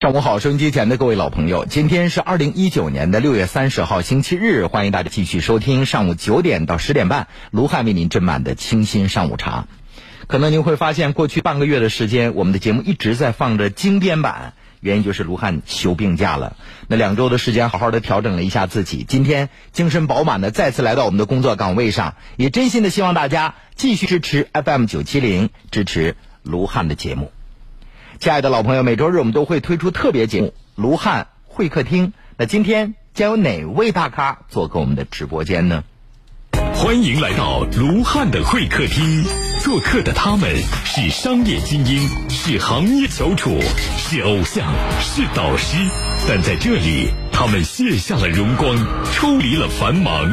上午好，收音机前的各位老朋友，今天是二零一九年的六月三十号，星期日，欢迎大家继续收听上午九点到十点半，卢汉为您斟满的清新上午茶。可能您会发现，过去半个月的时间，我们的节目一直在放着精编版，原因就是卢汉休病假了。那两周的时间，好好的调整了一下自己，今天精神饱满的再次来到我们的工作岗位上，也真心的希望大家继续支持 FM 九七零，支持卢汉的节目。亲爱的老朋友，每周日我们都会推出特别节目《卢汉会客厅》。那今天将有哪位大咖做客我们的直播间呢？欢迎来到卢汉的会客厅，做客的他们是商业精英，是行业翘楚，是偶像，是导师。但在这里，他们卸下了荣光，抽离了繁忙，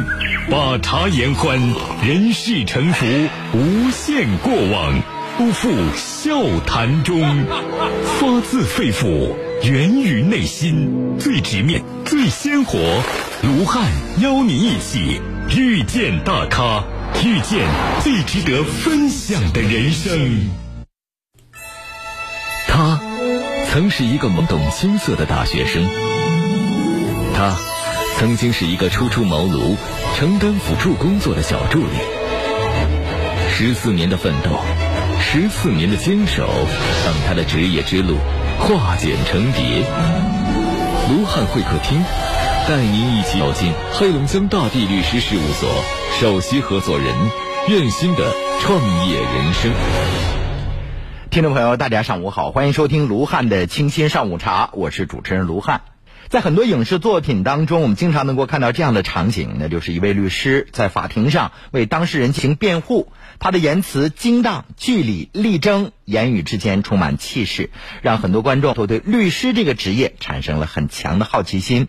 把茶言欢，人世沉浮，无限过往，不负笑谈中，发自肺腑，源于内心，最直面，最鲜活。卢汉邀你一起遇见大咖，遇见最值得分享的人生。他曾是一个懵懂青涩的大学生，他曾经是一个初出茅庐、承担辅助工作的小助理。十四年的奋斗，十四年的坚守，让他的职业之路化茧成蝶。卢汉会客厅，带您一起走进黑龙江大地律师事务所首席合伙人苑鑫的创业人生。听众朋友，大家上午好，欢迎收听卢汉的清新上午茶，我是主持人卢汉。在很多影视作品当中，我们经常能够看到这样的场景，那就是一位律师在法庭上为当事人进行辩护，他的言辞精当，据理力争，言语之间充满气势，让很多观众都对律师这个职业产生了很强的好奇心。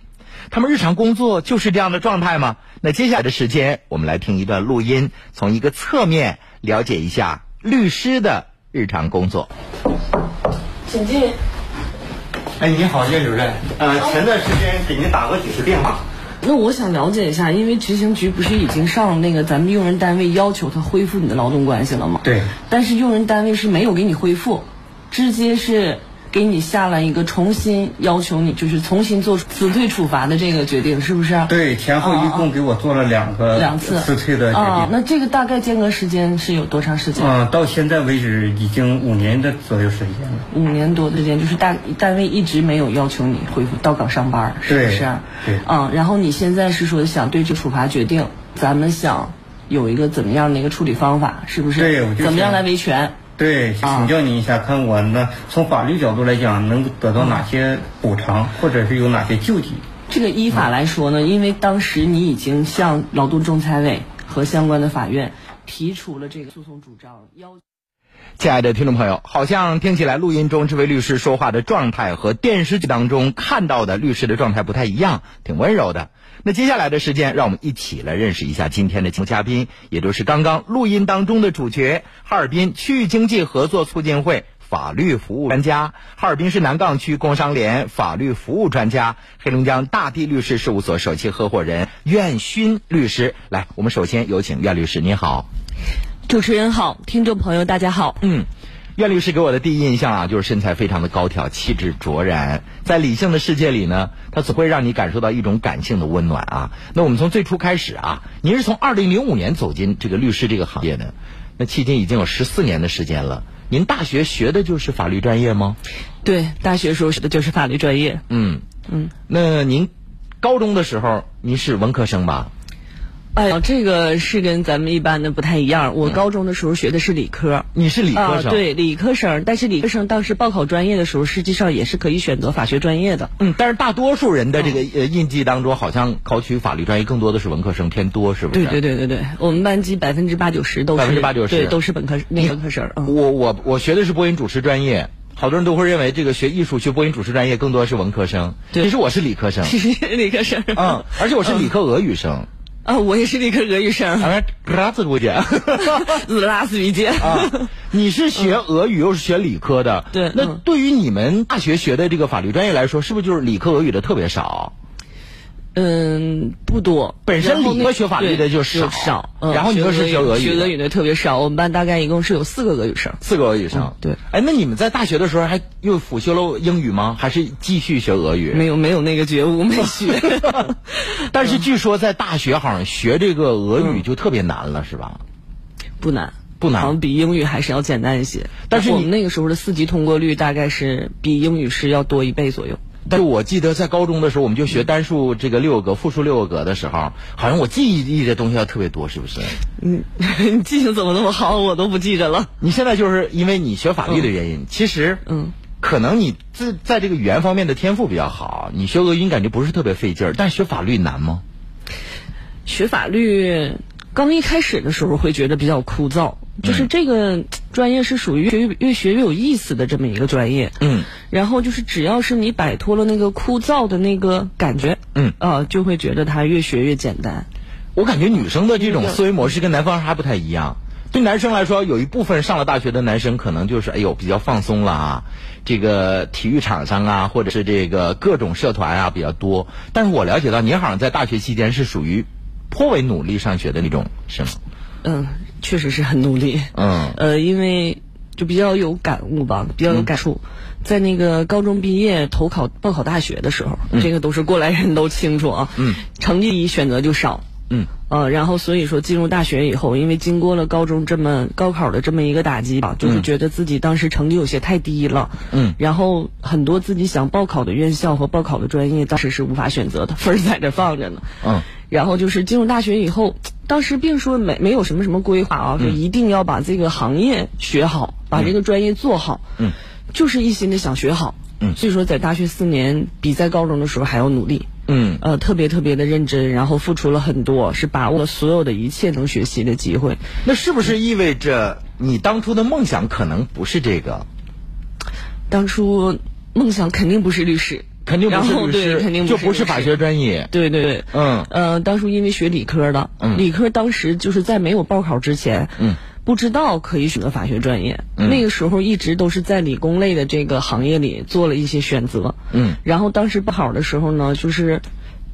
他们日常工作就是这样的状态吗？那接下来的时间，我们来听一段录音，从一个侧面了解一下律师的日常工作。请进。哎，你好，苑主任。呃，前段时间给您打过几次电话，那我想了解一下，因为执行局不是已经上那个咱们用人单位要求他恢复你的劳动关系了吗？对。但是用人单位是没有给你恢复，直接是给你下了一个重新要求你，就是重新做出辞退处罚的这个决定，是不是？对，前后一共给我做了哦两哦个两次辞退的决啊，定。那这个大概间隔时间是有多长时间？嗯，到现在为止已经五年的左右时间了。五年多的时间，就是大单位一直没有要求你恢复到岗上班儿，是不是？对对嗯，然后你现在是说想对这处罚决定，咱们想有一个怎么样的一个处理方法，是不是？对我就怎么样想来维权？对，啊请教您一下，看我呢从法律角度来讲，能得到哪些补偿，或者是有哪些救济？这个依法来说呢，因为当时你已经向劳动仲裁委和相关的法院提出了这个诉讼主张，要求亲爱的听众朋友，好像听起来录音中这位律师说话的状态和电视剧当中看到的律师的状态不太一样，挺温柔的。那接下来的时间，让我们一起来认识一下今天的节目嘉宾，也就是刚刚录音当中的主角——哈尔滨区域经济合作促进会法律服务专家、哈尔滨市南岗区工商联法律服务专家、黑龙江大地律师事务所首席合伙人苑勋律师。来，我们首先有请苑律师，您好。主持人好，听众朋友大家好。嗯，苑律师给我的第一印象啊，就是身材非常的高挑，气质卓然。在理性的世界里呢，他总会让你感受到一种感性的温暖啊。那我们从最初开始啊，您是从二零零五年走进这个律师这个行业的，那迄今已经有十四年的时间了。您大学学的就是法律专业吗？对，大学时候学的就是法律专业，嗯嗯。那您高中的时候您是文科生吧？哎呀，这个是跟咱们一般的不太一样。我高中的时候学的是理科，你是理科啊，。生？对，理科生。但是理科生当时报考专业的时候，实际上也是可以选择法学专业的。嗯，但是大多数人的这个呃印记当中，好像考取法律专业更多的是文科生偏多，是不是？对对对对对，我们班级百分之八九十都是8%90%对，都是本科那个科生。嗯，我我我学的是播音主持专业，好多人都会认为这个学艺术、学播音主持专业更多是文科生。对其实我是理科生，是 理科生。嗯，而且我是理科俄语生， 啊，我也是理科俄语生，啊，拉斯估计。子 拉斯语节。 啊，你是学俄语又是学理科的，嗯对那嗯对于你们大学学的这个法律专业来说，是不是就是理科俄语的特别少？嗯，不多。本身然后理那科学法律的对就就少少，嗯然后你又是学学俄语学的俄语的特别少。我们班大概一共是有四个俄语生，四个俄语生、嗯对。哎，那你们在大学的时候还又辅修了英语吗？还是继续学俄语？没有没有那个觉悟，没 学。但是据说在大学好像学这个俄嗯语就特别难了，是吧？不难，不难好像比英语还是要简单一些。但是我你们那个时候的四级通过率大概是比英语是要多一倍左右。但我记得在高中的时候，我们就学单数这个六个格、复数六个格的时候，好像我记忆这东西要特别多，是不是？嗯，你 记性怎么那么好，我都不记着了。你现在就是因为你学法律的原因，其实，嗯，可能你自在这个语言方面的天赋比较好，你学俄语你感觉不是特别费劲儿，但学法律难吗？学法律刚一开始的时候会觉得比较枯燥，嗯就是这个专业是属于越越学越有意思的这么一个专业。嗯，然后就是只要是你摆脱了那个枯燥的那个感觉，嗯呃，就会觉得它越学越简单。我感觉女生的这种思维模式跟男方还不太一样。对男生来说，有一部分上了大学的男生可能就是哎呦比较放松了啊，这个体育场上啊，或者是这个各种社团啊比较多。但是我了解到您好像在大学期间是属于颇为努力上学的那种，是吗？嗯，确实是很努力。嗯呃，因为就比较有感悟吧，比较有感触。嗯在那个高中毕业投考报考大学的时候，嗯这个都是过来人都清楚啊。嗯，成绩一选择就少。嗯，呃，然后所以说进入大学以后，因为经过了高中这么高考的这么一个打击吧，就是觉得自己当时成绩有些太低了，嗯然后很多自己想报考的院校和报考的专业当时是无法选择的，分儿在这放着呢，嗯，然后就是进入大学以后，当时并说没没有什么什么规划嗯啊，说一定要把这个行业学好，把这个专业做好，嗯，就是一心的想学好，嗯所以说在大学四年比在高中的时候还要努力，嗯呃，特别特别的认真，然后付出了很多，是把握了所有的一切能学习的机会。那是不是意味着你当初的梦想可能不是这个？当初梦想肯定不是律师，肯定不是然后律师，对，肯定就不不是法学专业。对对对，嗯呃，当初因为学理科的，嗯理科当时就是在没有报考之前，嗯，不知道可以选择法学专业，嗯那个时候一直都是在理工类的这个行业里做了一些选择，嗯，然后当时报考的时候呢，就是。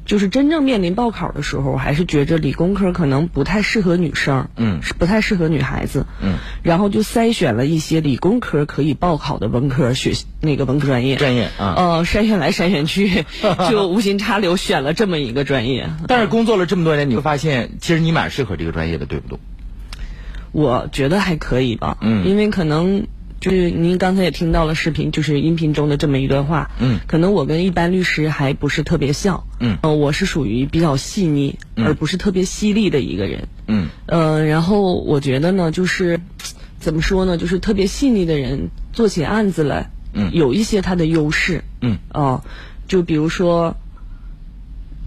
就是真正面临报考的时候，还是觉着理工科可能不太适合女生，嗯是不太适合女孩子，嗯，然后就筛选了一些理工科可以报考的文科学那个文科专业，专业啊呃，筛选来筛选 去，就无心插柳选了这么一个专业，但是工作了这么多年，你会发现其实你蛮适合这个专业的，对不对？我觉得还可以吧，嗯因为可能就是您刚才也听到了视频，就是音频中的这么一段话，嗯可能我跟一般律师还不是特别像，嗯呃，我是属于比较细腻，而不是特别犀利的一个人，嗯呃，然后我觉得呢，就是怎么说呢，就是特别细腻的人做起案子来，嗯有一些他的优势，嗯哦，就比如说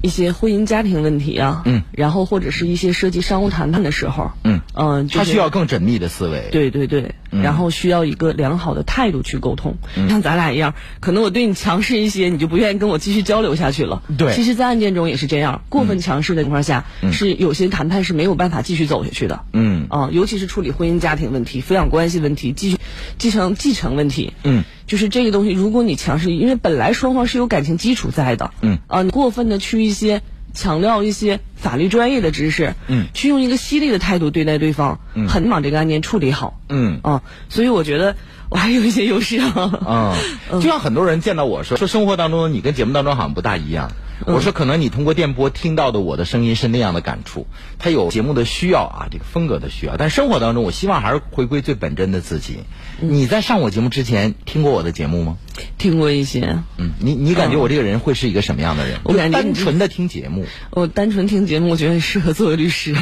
一些婚姻家庭问题啊，嗯然后或者是一些涉及商务谈判的时候，嗯嗯、就是他需要更缜密的思维。，对对对，嗯然后需要一个良好的态度去沟通，像咱俩一样，可能我对你强势一些，你就不愿意跟我继续交流下去了。对嗯其实，在案件中也是这样，过分强势的情况下，是有些谈判是没有办法继续走下去的。嗯啊、尤其是处理婚姻家庭问题、抚养关系问题、继续继承继承问题，嗯，就是这个东西，如果你强势，因为本来双方是有感情基础在的，嗯，啊、你过分的去一些强调一些法律专业的知识，嗯去用一个犀利的态度对待对方，嗯，很难把这个案件处理好，嗯啊、所以我觉得我还有一些优势啊，啊、嗯就像很多人见到我说，说生活当中你跟节目当中好像不大一样。嗯我说可能你通过电波听到的我的声音是那样的感触，它有节目的需要啊，这个风格的需要。但生活当中，我希望还是回归最本真的自己。嗯你在上我节目之前听过我的节目吗？ 听过一些，嗯，你你感觉我这个人会是一个什么样的人？我感觉单你纯的听节目，我单纯听节目，我觉得你适合作为律 师，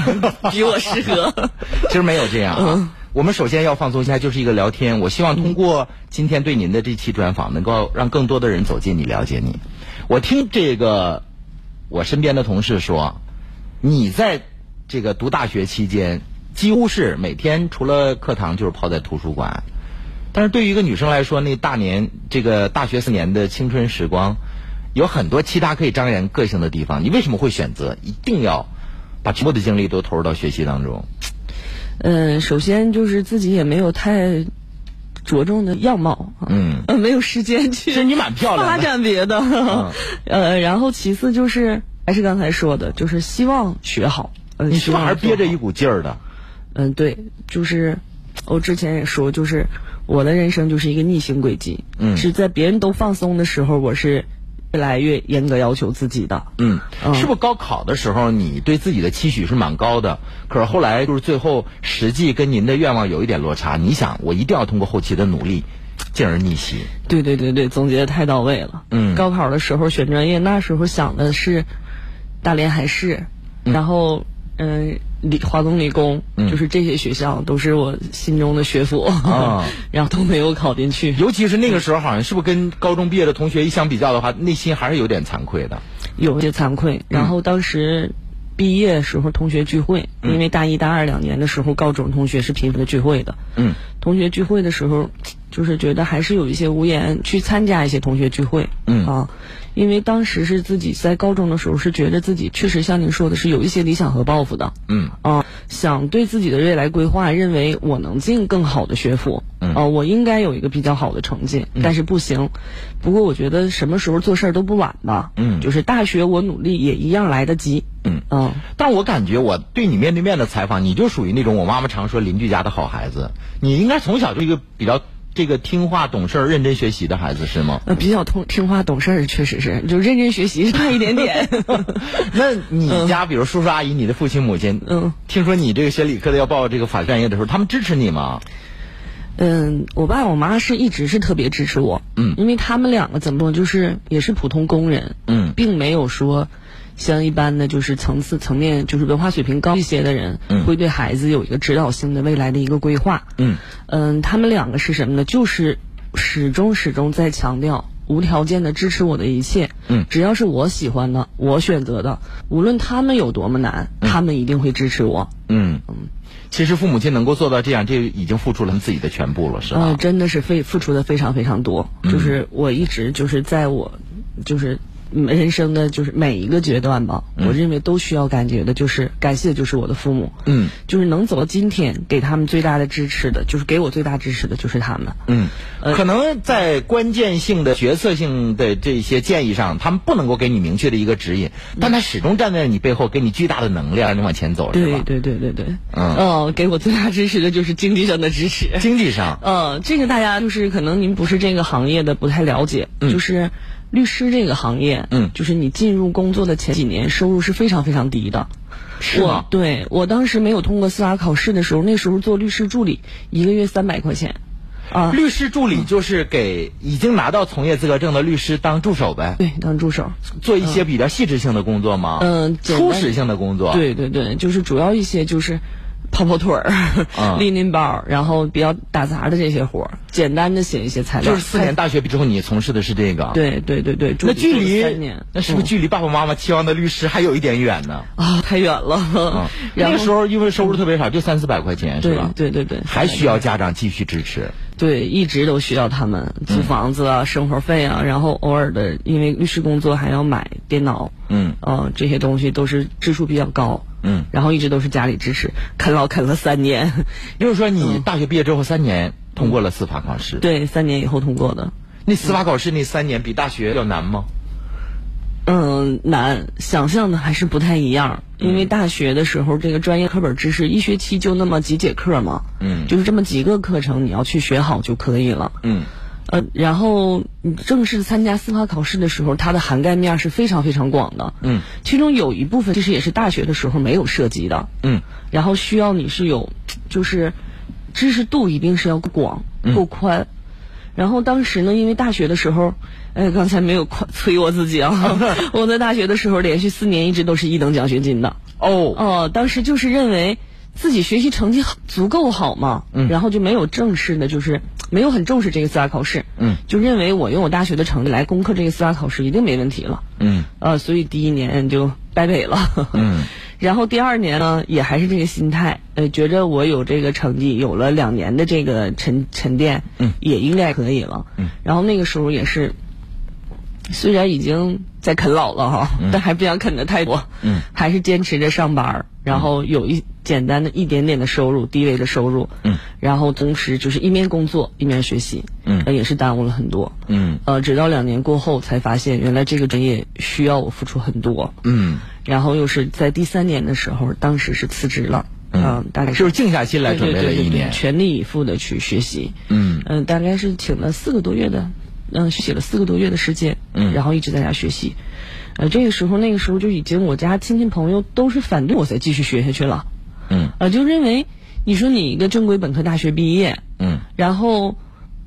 比我适合。其实没有这样啊。我们首先要放松一下，就是一个聊天。我希望通过今天对您的这期专访，能够让更多的人走进你，了解你。我听这个我身边的同事说，你在这个读大学期间，几乎是每天除了课堂就是泡在图书馆。但是对于一个女生来说，那大年这个大学四年的青春时光，有很多其他可以张扬个性的地方。你为什么会选择一定要把全部的精力都投入到学习当中？嗯，首先就是自己也没有太着重的样貌，啊嗯，呃，没有时间去其实你蛮漂亮的 发展别的，呃，然后其次就是。还是刚才说的，就是希望学好。嗯，你是不是还是憋着一股？股劲儿的？嗯，对，就是我之前也说，就是我的人生就是一个逆行轨迹。嗯是在别人都放松的时候，我是越来越严格要求自己的。嗯，嗯是不是高考的时候你对自己的期许是蛮高的，可是后来就是最后实际跟您的愿望有一点落差？你想，我一定要通过后期的努力，进而逆袭。对对对对，总结的太到位了。嗯高考的时候选专业，那时候想的是大连海事，然后嗯、理华东理工，嗯就是这些学校都是我心中的学府啊 然后都没有考进去。尤其是那个时候，好像是不是跟高中毕业的同学一相比较的话，内心还是有点惭愧的。有些惭嗯愧。然后当时毕业时候同学聚会，嗯因为大一大二两年的时候，高中同学是频繁的聚会的。嗯，同学聚会的时候，就是觉得还是有一些无言去参加一些同学聚会。嗯啊，因为当时是自己在高中的时候是觉得自己确实像您说的是有一些理想和抱负的。嗯啊，想对自己的未来规划，认为我能进更好的学府，嗯啊，我应该有一个比较好的成绩，但是不行。不过我觉得什么时候做事儿都不晚吧，嗯就是大学我努力也一样来得及，嗯啊，但我感觉我对你面对面的采访，你就属于那种我妈妈常说邻居家的好孩子。你应该从小就一个比较这个听话、懂事儿、认真学习的孩子是吗？呃，比较通听话懂事儿，确实是，就认真学习差一点 点。那你家比如叔叔阿姨、你的父亲母亲，嗯，听说你这个学理科的要报这个法律专业的时候，他们支持你吗？嗯，我爸我妈是一直是特别支持我，嗯因为他们两个怎么说，就是也是普通工人，嗯并没有说像一般的就是层次层面就是文化水平高一些的人，嗯会对孩子有一个指导性的未来的一个规划。嗯嗯，他们两个是什么呢？就是始终始终在强调无条件的支持我的一切。嗯只要是我喜欢的，我选择的，无论他们有多么难，他们一定会支持我。嗯其实父母亲能够做到这样，这已经付出了他们自己的全部了，是吧？呃，真的是非付出的非常非常多，嗯就是我一直就是在我，就是嗯人生的就是每一个阶段吧，我认为都需要感觉的，就是感谢就是我的父母，嗯，就是能走到今天，给他们最大的支持的，就是给我最大支持的就是他们，嗯，呃可能在关键性的、决策性的这些建议上，他们不能够给你明确的一个指引，嗯但他始终站在你背后，给你巨大的能量，让你往前走，是对吧？对对对对，嗯哦，给我最大支持的就是经济上的支持，经济上，呃，这个大家就是可能您不是这个行业的，不太了解，就是律师这个行业，嗯就是你进入工作的前几年，收入是非常非常低的。是我吗对我当时没有通过司法考试的时候，那时候做律师助理，一个月三百块钱，啊，律师助理就是给已经拿到从业资格证的律师当助手呗，对，当助手。做一些比较细致性的工作吗？嗯简单初始性的工作。，对对对，就是主要一些就是跑跑腿儿、啊 拎拎包儿，然后比较打杂的这些活儿，简单的写一些材料。就是四年大学毕业之后，你从事的是这个。，对对对对，助那理距做了离三年，嗯那是不是距离爸爸妈妈期望的律师还有一点远呢？啊太远了？啊， 然后那个时候因为收入特别少，就三四百块钱，是对吧？对对对，还需要家长继续支持。对，一直都需要他们嗯租房子啊、生活费啊，然后偶尔的因为律师工作还要买电脑，嗯呃，这些东西都是支出比较高，嗯，然后一直都是家里支持，啃老啃了三年， 就是说你大学毕业之后三年通过了司法考试，，嗯对，三年以后通过的，那司法考试那三年比大学要难吗？嗯，难，想象的还是不太一样。因嗯为大学的时候，这个专业课本知识一学期就那么几节课嘛，嗯就是这么几个课程，你要去学好就可以了。嗯呃，然后你正式参加司法考试的时候，它的涵盖面是非常非常广的。嗯，其中有一部分其实也是大学的时候没有涉及的。嗯，然后需要你是有，就是知识度一定是要够广、嗯够宽。然后当时呢，因为大学的时候，哎，刚才没有夸催我自己 啊，我在大学的时候连续四年一直都是一等奖学金的。哦，哦，当时就是认为自己学习成绩足够好嘛，嗯然后就没有正式的，就是没有很重视这个司法考试，嗯，就认为我用我大学的成绩来攻克这个司法考试一定没问题了，嗯呃，所以第一年就败北了， 嗯，然后第二年呢，也还是这个心态，呃，觉着我有这个成绩，有了两年的这个沉沉淀，嗯，也应该可以了，嗯，然后那个时候也是虽然已经在 啃老了哈，但还不想啃的太多，嗯，还是坚持着上班儿然后有一简单的一点点的收入，低微的收入，嗯，然后同时就是一面工作一面学习，嗯呃也是耽误了很多，嗯呃，直到两年过后才发现，原来这个专业需要我付出很多，嗯，然后又是在第三年的时候，当时是辞职了，呃嗯大概就是静下心来准备了对对对一对对年全力以赴的去学习，嗯嗯、大概是请了四个多月的，嗯、写了四个多月的时间，嗯然后一直在家学习，呃，这个时候那个时候就已经我家亲戚朋友都是反对我再继续学下去了，嗯呃，就认为你说你一个正规本科大学毕业，嗯然后，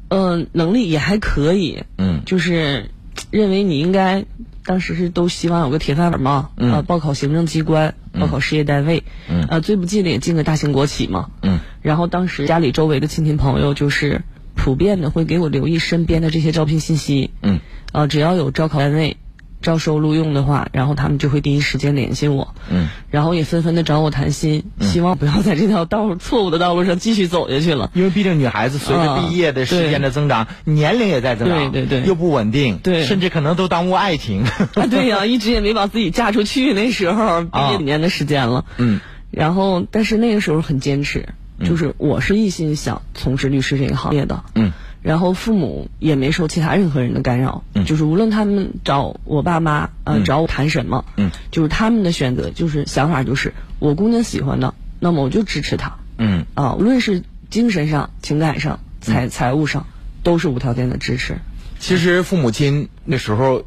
呃，能力也还可以，嗯就是认为你应该，当时是都希望有个铁饭碗嘛，嗯啊，报考行政机关，报考事业单位，嗯啊，最不济的也进个大型国企嘛，嗯，然后当时家里周围的亲戚朋友就是普遍的会给我留意身边的这些招聘信息，嗯，啊，只要有招考单位。招收录用的话，然后他们就会第一时间联系我，嗯，然后也纷纷的找我谈心，希望不要在这条道错误的道路上继续走下去了。因为毕竟女孩子随着啊毕业的时间的增长，年龄也在增长，对对对又不稳定，对甚至可能都耽误 爱情。 啊，对呀、一直也没把自己嫁出去。那时候毕业几年的时间了，嗯，然后但是那个时候很坚持，就是我是一心想从事律师这个行业的，嗯，然后父母也没受其他任何人的干扰，嗯就是无论他们找我爸妈，呃，嗯找我谈什么，嗯，就是他们的选择，就是想法就是我姑娘喜欢的，那么我就支持她，嗯啊，无论是精神上、情感上、财财务上，都是无条件的支持，其实父母亲那时候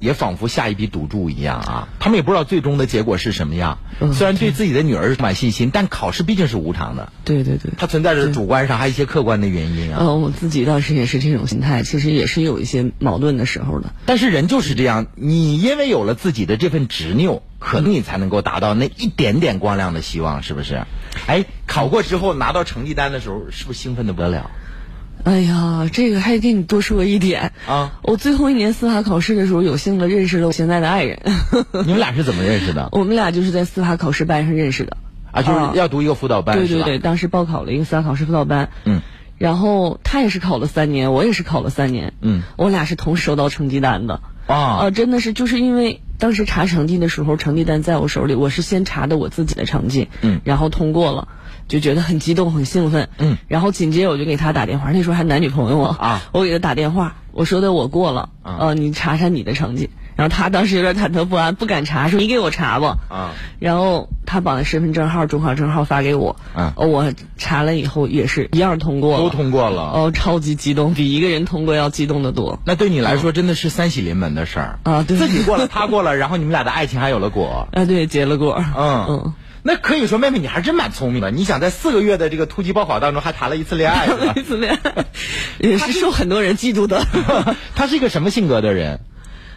也仿佛下一笔赌注一样啊，他们也不知道最终的结果是什么样。嗯虽然对自己的女儿充满信心，但考试毕竟是无常的，对对对。它存在着主观上还有一些客观的原因啊。嗯，我自己当时也是这种心态，其实也是有一些矛盾的时候的。但是人就是这样，你因为有了自己的这份执拗，可能你才能够达到那一点点光亮的希望，是不是？哎，考过之后拿到成绩单的时候，是不是兴奋的不 得了？哎呀，这个还给你多说一点啊！我最后一年司法考试的时候，有幸的认识了我现在的爱人， 你们俩是怎么认识的？我们俩就是在司法考试班上认识的。啊，就是要读一个辅导班，对是对吧？对，当时报考了一个司法考试辅导班，嗯，然后他也是考了三年，我也是考了三年，嗯，我俩是同时收到成绩单的。啊呃，真的是就是因为当时查成绩的时候，成绩单在我手里，我是先查的我自己的成绩，嗯然后通过了。就觉得很激动，很兴奋，嗯，然后紧接着我就给他打电话，那时候还男女朋友啊，啊我给他打电话，我说的我过了，啊呃，你查查你的成绩，然后他当时有点忐忑不安，不敢查，说你给我查吧，啊，然后他把身份证号、中考证号发给我，啊哦我查了以后也是一样通过了，都通过了。哦，超级激动，比一个人通过要激动的多。那对你来说真的是三喜临门的事儿啊对自己过了，他过了，然后你们俩的爱情还有了 果。啊，对，结了果。嗯嗯，那可以说，妹妹你还真蛮聪明的。你想在四个月的这个突击报考当中，还谈了一次恋爱，是吧 怎么样？也是受很多人嫉妒的。 他是一个什么性格的人？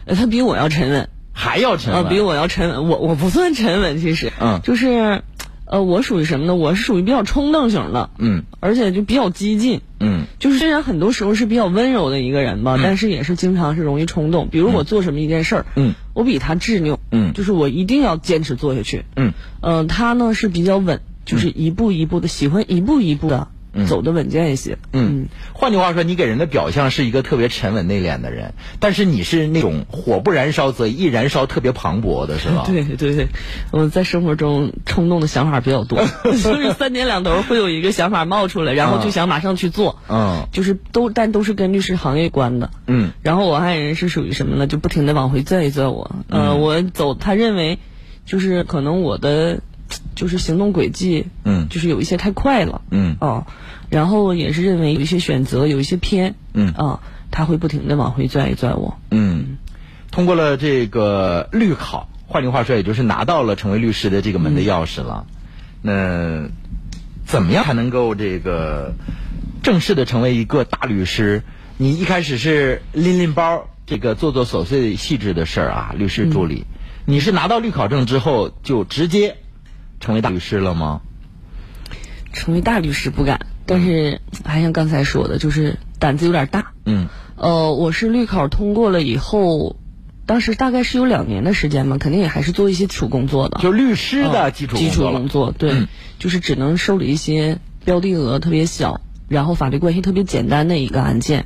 呃他比我要沉稳，还要沉啊，稳、比我要沉稳。我我不算沉稳，其实，嗯就是，呃，我属于什么呢？我是属于比较冲动型的，嗯而且就比较激进。嗯就是虽然很多时候是比较温柔的一个人吧，但是也是经常是容易冲动。比如我做什么一件事儿，嗯，我比他执拗，嗯就是我一定要坚持做下去，嗯，呃，他呢是比较稳，就是一步一步的，喜欢一步一步的、走的稳健一些，嗯。换句话说，你给人的表象是一个特别沉稳内敛的人，但是你是那种火不燃烧则一，燃烧特别磅礴的，是吧？对对对，我在生活中冲动的想法比较 多，就是三天两头会有一个想法冒出来，然啊后就想马上去做，嗯就是都但都是跟律师行业有关的，嗯然后我爱人是属于什么呢？就不停的往回拽一拽我，呃，嗯我走，他认为就是可能我的就是行动轨迹，嗯就是有一些太快了，嗯哦，然后也是认为有一些选择有一些偏，嗯啊，他会不停的往回拽一拽我，嗯，通过了这个律考，换句话说，也就是拿到了成为律师的这个门的钥匙了。那怎么样才能够这个正式的成为一个大律师？你一开始是拎拎包，这个做做琐碎细致的事儿啊，律师助理。你是拿到律考证之后就直接成为大律师了吗？成为大律师不敢，但是还像刚才说的，就是胆子有点大。嗯呃，我是律考通过了以后，当时大概是有两年的时间嘛，肯定也还是做一些基础工作的，就律师的基础啊哦基工础作了。工作，对，嗯就是只能受理一些标的额特别小，然后法律关系特别简单的一个案件。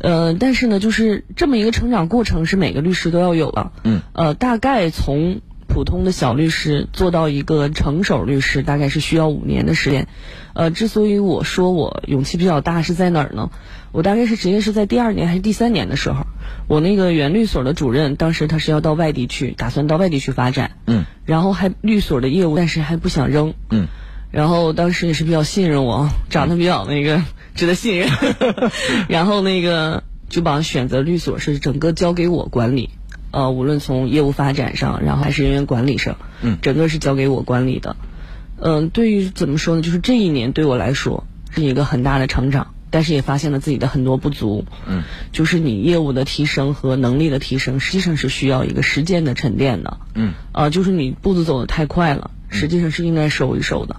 呃，但是呢，就是这么一个成长过程是每个律师都要有的。嗯。呃，大概从普通的小律师做到一个成手律师，大概是需要五年的时间。呃，之所以我说我勇气比较大是在哪儿呢？我大概是职业是在第二年还是第三年的时候，我那个原律所的主任当时他是要到外地去，打算到外地去发展，嗯，然后还律所的业务，但是还不想扔，嗯。然后当时也是比较信任我，长得比较那个值得 信任，然后那个就把选择律所是整个交给我管理，呃，无论从业务发展上，然后还是人员管理上，嗯整个是交给我管理的。嗯、对于怎么说呢，就是这一年对我来说是一个很大的成长，但是也发现了自己的很多不足。嗯，就是你业务的提升和能力的提升，实际上是需要一个时间的沉淀的。嗯，呃，就是你步子走得太快了，实际上是应该收一收的。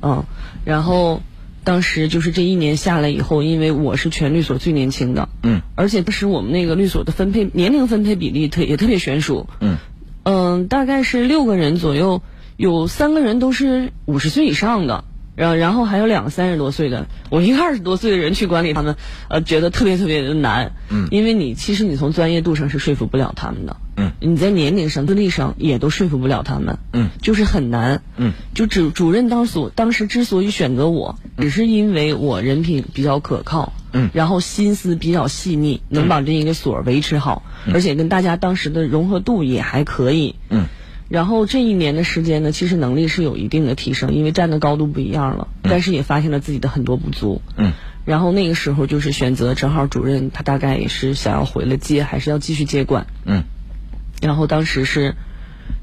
嗯，然后当时就是这一年下来以后，因为我是全律所最年轻的，嗯，而且当时我们那个律所的分配年龄分配比例特也特别悬殊，嗯嗯，大概是六个人左右，有三个人都是五十岁以上的。然然后还有两个三十多岁的，我一个二十多岁的人去管理他们，呃，觉得特别特别的难，嗯因为你其实你从专业度上是说服不了他们的，嗯你在年龄上、资历上也都说服不了他们，嗯就是很难，嗯，就主主任当所当时之所以选择我，只是因为我人品比较可靠，嗯然后心思比较细腻，能把这一个所维持好，而且跟大家当时的融合度也还可以，嗯，然后这一年的时间呢，其实能力是有一定的提升，因为站的高度不一样了，但是也发现了自己的很多不足，嗯，然后那个时候就是选择，正好主任他大概也是想要回来接，还是要继续接管，嗯然后当时是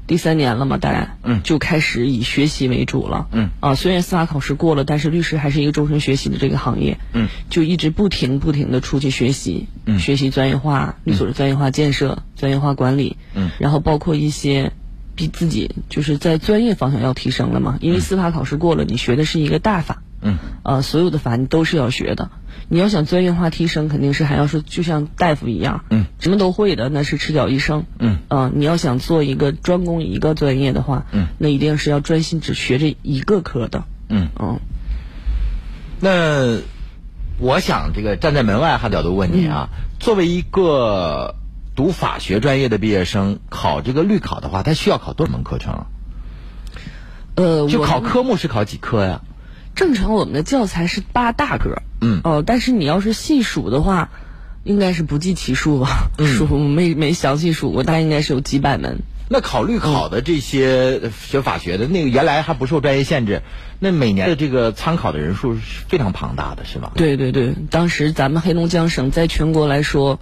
第三年了嘛，大概，嗯就开始以学习为主了，嗯，啊，虽然司法考试过了，但是律师还是一个终身学习的这个行业，嗯，就一直不停不停的出去学习，嗯学习专业化、律所的专业化建设、专业化管理，嗯然后包括一些。比自己就是在专业方向要提升了嘛，因为司法考试过了，你学的是一个大法，嗯呃，所有的法你都是要学的。你要想专业化提升，肯定是还要说，就像大夫一样，嗯，什么都会的，那是赤脚医生，嗯，呃，你要想做一个专攻一个专业的话，嗯，那一定是要专心只学这一个科的，嗯。嗯，那我想，这个站在门外哈角度问你嗯啊，作为一个读法学专业的毕业生，考这个律考的话，他需要考多少门课程啊？呃，就我考科目是考几科呀？正常我们的教材是八大格，嗯哦、但是你要是细数的话，应该是不计其数吧，嗯数没没详细数过，大概应该是有几百门，那考律考的这些学法学的那个原来还不受专业限制，那每年的这个参考的人数是非常庞大的，是吧？对对对，当时咱们黑龙江省在全国来说，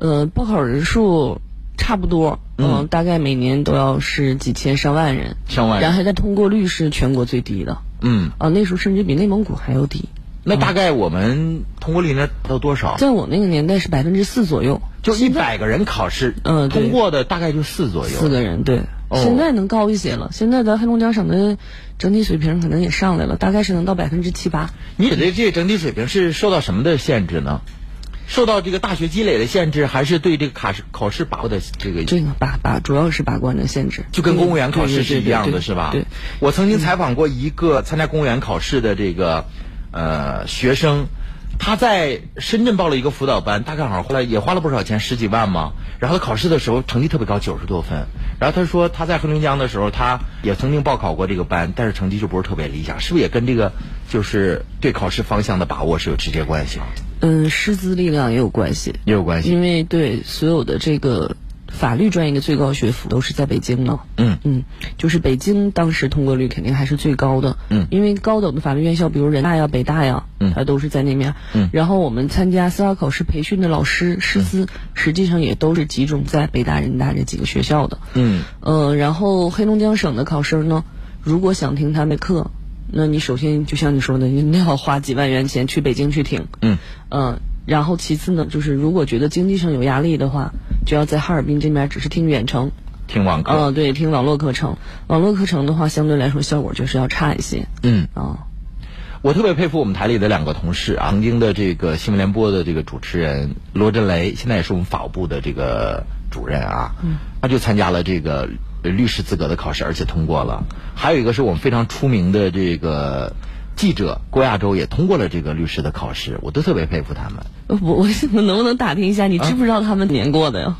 呃，报考人数差不多，嗯、大概每年都要是几千上万人，上万人然后再通过率是全国最低的，嗯，啊，那时候甚至比内蒙古还要低，那大概我们通过率能到多少？在我那个年代是百分之四左右，就一百个人考试，嗯对通过的大概就四左右。四个人对。哎哦现在能高一些了，现在咱黑龙江省的整体水平可能也上来了，大概是能到百分之七八。你觉得这整体水平是受到什么的限制呢？受到这个大学积累的限制，还是对这个考试考试把握的这个？这个把把主要是把关的限制，就跟公务员考试对对是对一样对的，对是吧？对，我曾经采访过一个参加公务员考试的这个呃学生，他在深圳报了一个辅导班，大概好像后来也花了不少钱，十几万嘛。然后他考试的时候成绩特别高，九十多分。然后他说他在黑龙江的时候，他也曾经报考过这个班，但是成绩就不是特别理想，是不是也跟这个就是对考试方向的把握是有直接关系？嗯嗯，师资力量也有关系，也有关系。因为对所有的这个法律专业的最高学府都是在北京的。嗯嗯，就是北京当时通过率肯定还是最高的。嗯因为高等的法律院校，比如人大呀、北大呀，嗯它都是在那面。嗯然后我们参加司法考试培训的老师师资，实际上也都是集中在北大、人大这几个学校的。嗯呃，然后黑龙江省的考生呢，如果想听他们的课，那你首先就像你说的，你要花几万元钱去北京去听。嗯嗯，然后其次呢，就是如果觉得经济上有压力的话，就要在哈尔滨这边只是听远程。听网课。嗯、对，听网络课程。网络课程的话，相对来说效果就是要差一些。嗯。啊、我特别佩服我们台里的两个同事啊，曾经的这个新闻联播的这个主持人罗振雷，现在也是我们法务部的这个主任啊，他就参加了这个呃律师资格的考试，而且通过了。还有一个是我们非常出名的这个记者郭亚洲，也通过了这个律师的考试，我都特别佩服他们。我我能不能打听一下，你知不知道他们年过的呀？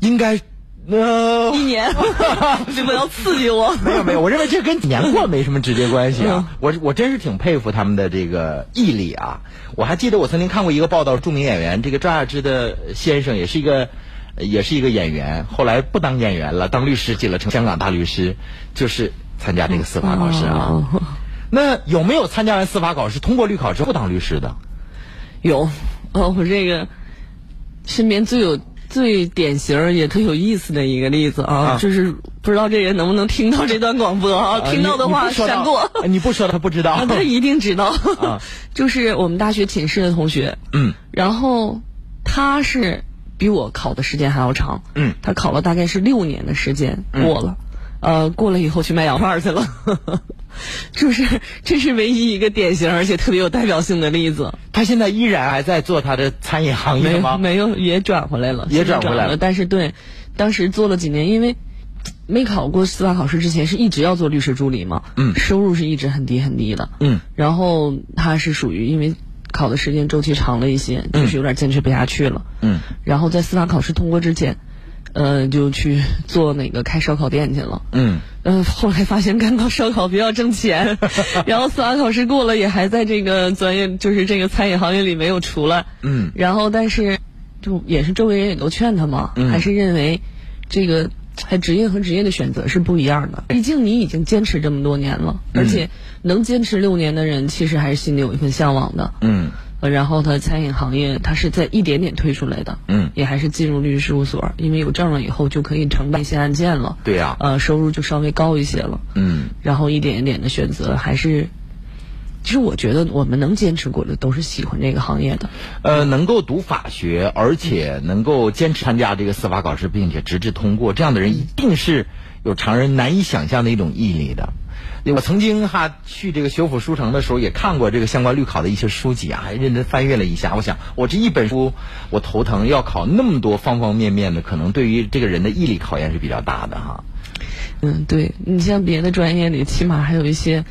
应该那一年， 你们要刺激我。没有没有，我认为这跟年过没什么直接关系嗯啊。我我真是挺佩服他们的这个毅力啊。我还记得我曾经看过一个报道，著名演员这个赵雅芝的先生也是一个。也是一个演员，后来不当演员了，当律师去了，成香港大律师，就是参加这个哦司法考试啊。那有没有参加完司法考试，通过律考之后当律师的？有，哦，我这个身边最有最典型也特有意思的一个例子啊，啊就是不知道这人能不能听到这段广播啊，呃听到的你话你不说闪到过。 呃你不说他不知道 啊，。他一定知道，啊 就是我们大学寝室的同学，嗯，然后他是比我考的时间还要长，嗯他考了大概是六年的时间过了，呃，过了以后去卖洋画去了， 就是这是唯一一个典型而且特别有代表性的例子，他现在依然还在做他的餐饮行没业有吗？没有也转回来了，也现在转回来了了，但是对，当时做了几年，因为。没考过司法考试之前是一直要做律师助理嘛，嗯收入是一直很低很低的，嗯然后他是属于因为考的时间周期长了一些，就是有点坚持不下去了。嗯，然后在司法考试通过之前，呃，就去做那个开烧烤店去了。嗯，呃，后来发现干烤烧烤比较挣 钱，然后司法考试过了，也还在这个专业，就是这个餐饮行业里没有出来。嗯，然后但是就也是周围人也都劝他嘛，嗯还是认为这个还职业和职业的选择是不一样的。嗯毕竟你已经坚持这么多年了，而且能坚持六年的人，其实还是心里有一份向往的。嗯呃然后他餐饮行业，他是在一点点退出来的，嗯也还是进入律师事务所，因为有证了以后就可以承办一些案件了，对啊呀呃，收入就稍微高一些了，嗯然后一点一点的选择，还是，其实我觉得我们能坚持过的都是喜欢这个行业的，呃，能够读法学，而且能够坚持参加这个司法考试，并且直至通过，这样的人一定是有常人难以想象的一种毅力的。我曾经哈去这个学府书城的时候，也看过这个相关律考的一些书籍啊，还认真翻阅了一下。我想，我这一本书，我头疼，要考那么多方方面面的，可能对于这个人的毅力考验是比较大的哈。嗯，对你像别的专业里，起码还有一些，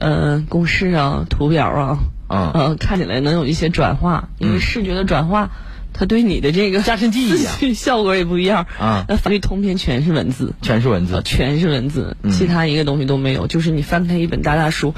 呃，公式啊、图表啊，嗯呃，看起来能有一些转化，因为视觉的转化，它对你的这个加深记忆啊自己 效果也不一样啊那法律通篇全是文字，全是文呃，字，全是文字，嗯其他一个东西都没有，就是你翻开一本大大书，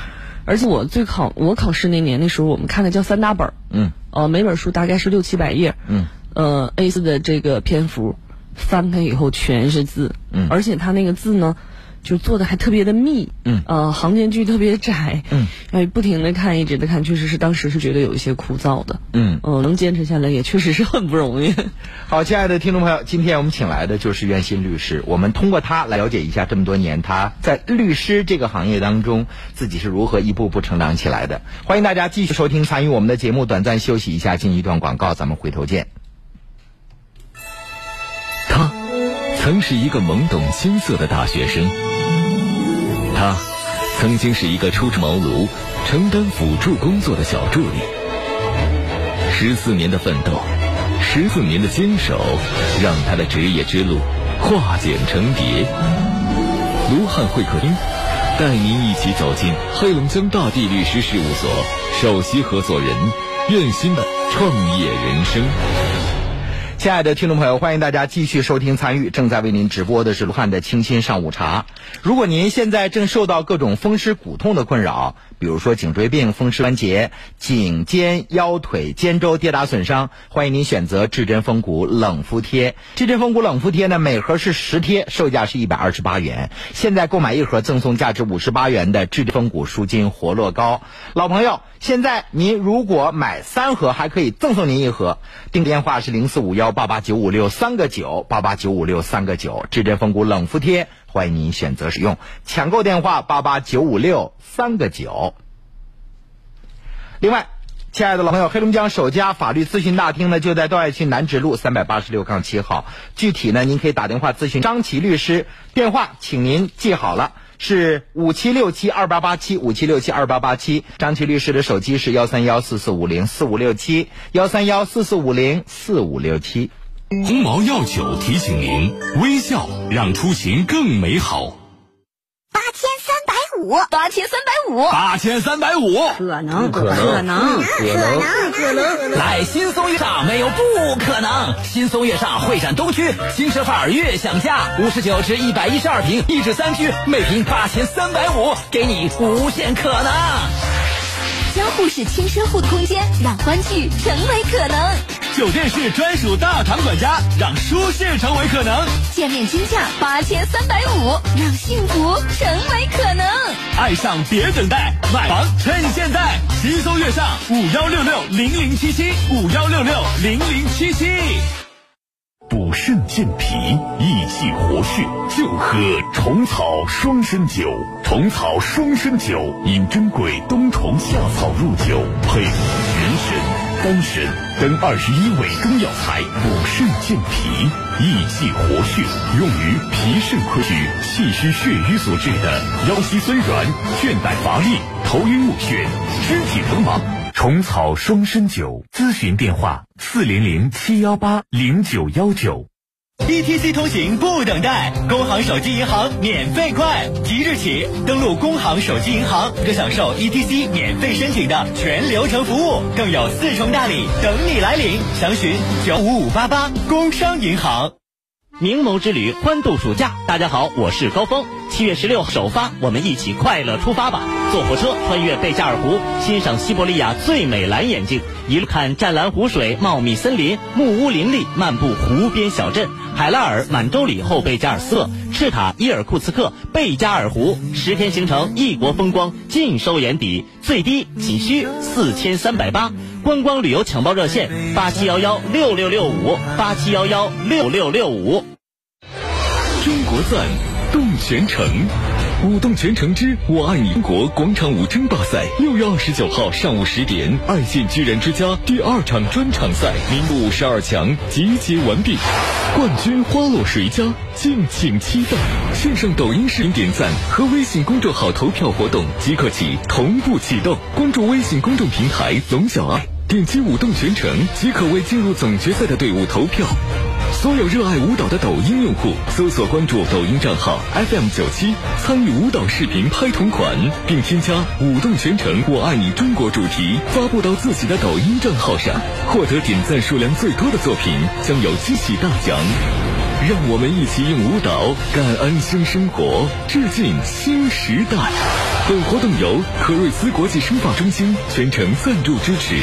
而且我最考我考试那年那时候，我们看的叫三大本儿，嗯呃，每本书大概是六七百页，嗯，呃，A 四的这个篇幅，翻开以后全是字，嗯而且它那个字呢，就做的还特别的密，嗯呃，行间距特别窄，嗯，哎，不停的看，一直的看，确实是当时是觉得有一些枯燥的，嗯。嗯、能坚持下来也确实是很不容易，好，亲爱的听众朋友，今天我们请来的就是袁鑫律师，我们通过他来了解一下这么多年他在律师这个行业当中自己是如何一步步成长起来的。欢迎大家继续收听，参与我们的节目，短暂休息一下，进一段广告，咱们回头见。他曾是一个懵懂青涩的大学生，他曾经是一个初出茅庐、承担辅助工作的小助理。十四年的奋斗，十四年的坚守，让他的职业之路化茧成蝶。卢汉会客厅，带您一起走进黑龙江大地律师事务所首席合伙人苑鑫的创业人生。亲爱的听众朋友，欢迎大家继续收听参与，正在为您直播的是卢汉的清新上午茶。如果您现在正受到各种风湿骨痛的困扰，比如说颈椎病、风湿关节、颈肩、腰腿、肩周跌打损伤，欢迎您选择至臻风骨冷敷贴。至臻风骨冷敷贴呢，每盒是十贴，售价是一百二十八元，现在购买一盒赠送价值五十八元的至臻风骨舒筋活络膏。老朋友，现在您如果买三盒，还可以赠送您一盒。订电话是零四五幺八八九五六三个九八八九五六三个九，至臻风骨冷敷贴，欢迎您选择使用。抢购电话八八九五六三个九。另外，亲爱的老朋友，黑龙江首家法律咨询大厅呢就在道外区南直路三百八十六杠七号。具体呢，您可以打电话咨询张琪律师，电话请您记好了。是五七六七二八八七五七六七二八八七，张琪律师的手机是幺三幺四四五零四五六七幺三幺四四五零四五六七。鸿茅药酒提醒您：微笑让出行更美好。八千三百五五，八千三百五，八千三百五，可能可能可能可能可能来轻松月上没有不可能，轻松月上会展东区新奢范儿悦享家，五十九至一百一十二平，一至三居，每平八千三百五，给你无限可能。交互式轻奢互动空间，让欢聚成为可能。酒店式专属大堂管家，让舒适成为可能。见面均价八千三百五，让幸福成为可能。爱上别等待，买房趁现在，轻松月上五幺六六零零七七五幺六六零零七七。补肾健脾、益气活血，就喝虫草双参酒。虫草双参酒因珍贵冬虫夏草入酒，配人参、丹参等二十一味中药材，补肾健脾、益气活血，用于脾肾亏虚、气虚血瘀所致的腰膝酸软、倦怠乏力、头晕目眩、肢体疼麻。虫草双参酒，咨询电话：四零零七幺八零九幺九。 ETC 通行不等待，工行手机银行免费快！即日起登录工行手机银行，可享受 ETC 免费申请的全流程服务，更有四重大礼等你来领。详询九五五八八工商银行。明眸之旅欢度暑假，大家好，我是高峰。七月十六首发，我们一起快乐出发吧！坐火车穿越贝加尔湖，欣赏西伯利亚最美蓝眼睛，一路看湛蓝湖水、茂密森林、木屋林立，漫步湖边小镇海拉尔、满洲里后贝加尔斯勒、赤塔伊尔库茨克、贝加尔湖。十天行程，异国风光尽收眼底，最低仅需四千三百八。观光旅游抢报热线：八七幺幺六六六五八七幺幺六六六五。中国赞，动全城。舞动全城之“我爱你中国”广场舞争霸赛，六月二十九号上午十点，爱信居然之家第二场专场赛名录五十二强集结完毕，冠军花落谁家，敬请期待。线上抖音视频点赞和微信公众号投票活动即刻起同步启动，关注微信公众平台“龙小爱”，点击舞动全城即可为进入总决赛的队伍投票。所有热爱舞蹈的抖音用户，搜索关注抖音账号 FM 九七，参与舞蹈视频拍同款，并添加“舞动全城我爱你中国”主题，发布到自己的抖音账号上，获得点赞数量最多的作品将有惊喜大奖。让我们一起用舞蹈感恩新生活，致敬新时代。本活动由可瑞斯国际生发中心全程赞助支持。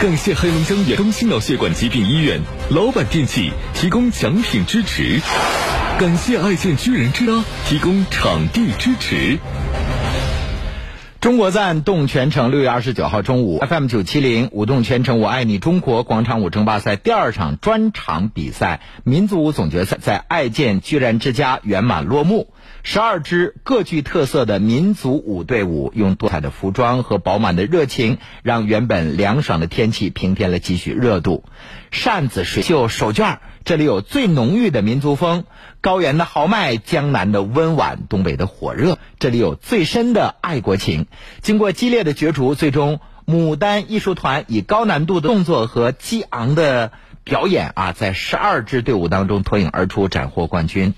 感谢黑龙江远东心脑血管疾病医院老板电器提供奖品支持，感谢爱建居人之家提供场地支持。中国赞动全城，六月二十九号中午，FM 九七零舞动全城，我爱你中国广场舞争霸赛第二场专场比赛民族舞总决赛在爱建居然之家圆满落幕。十二支各具特色的民族舞队伍，用多彩的服装和饱满的热情，让原本凉爽的天气平添了几许热度。扇子、水袖、手绢，这里有最浓郁的民族风；高原的豪迈，江南的温婉，东北的火热，这里有最深的爱国情。经过激烈的角逐，最终牡丹艺术团以高难度的动作和激昂的表演啊，在十二支队伍当中脱颖而出，斩获冠军。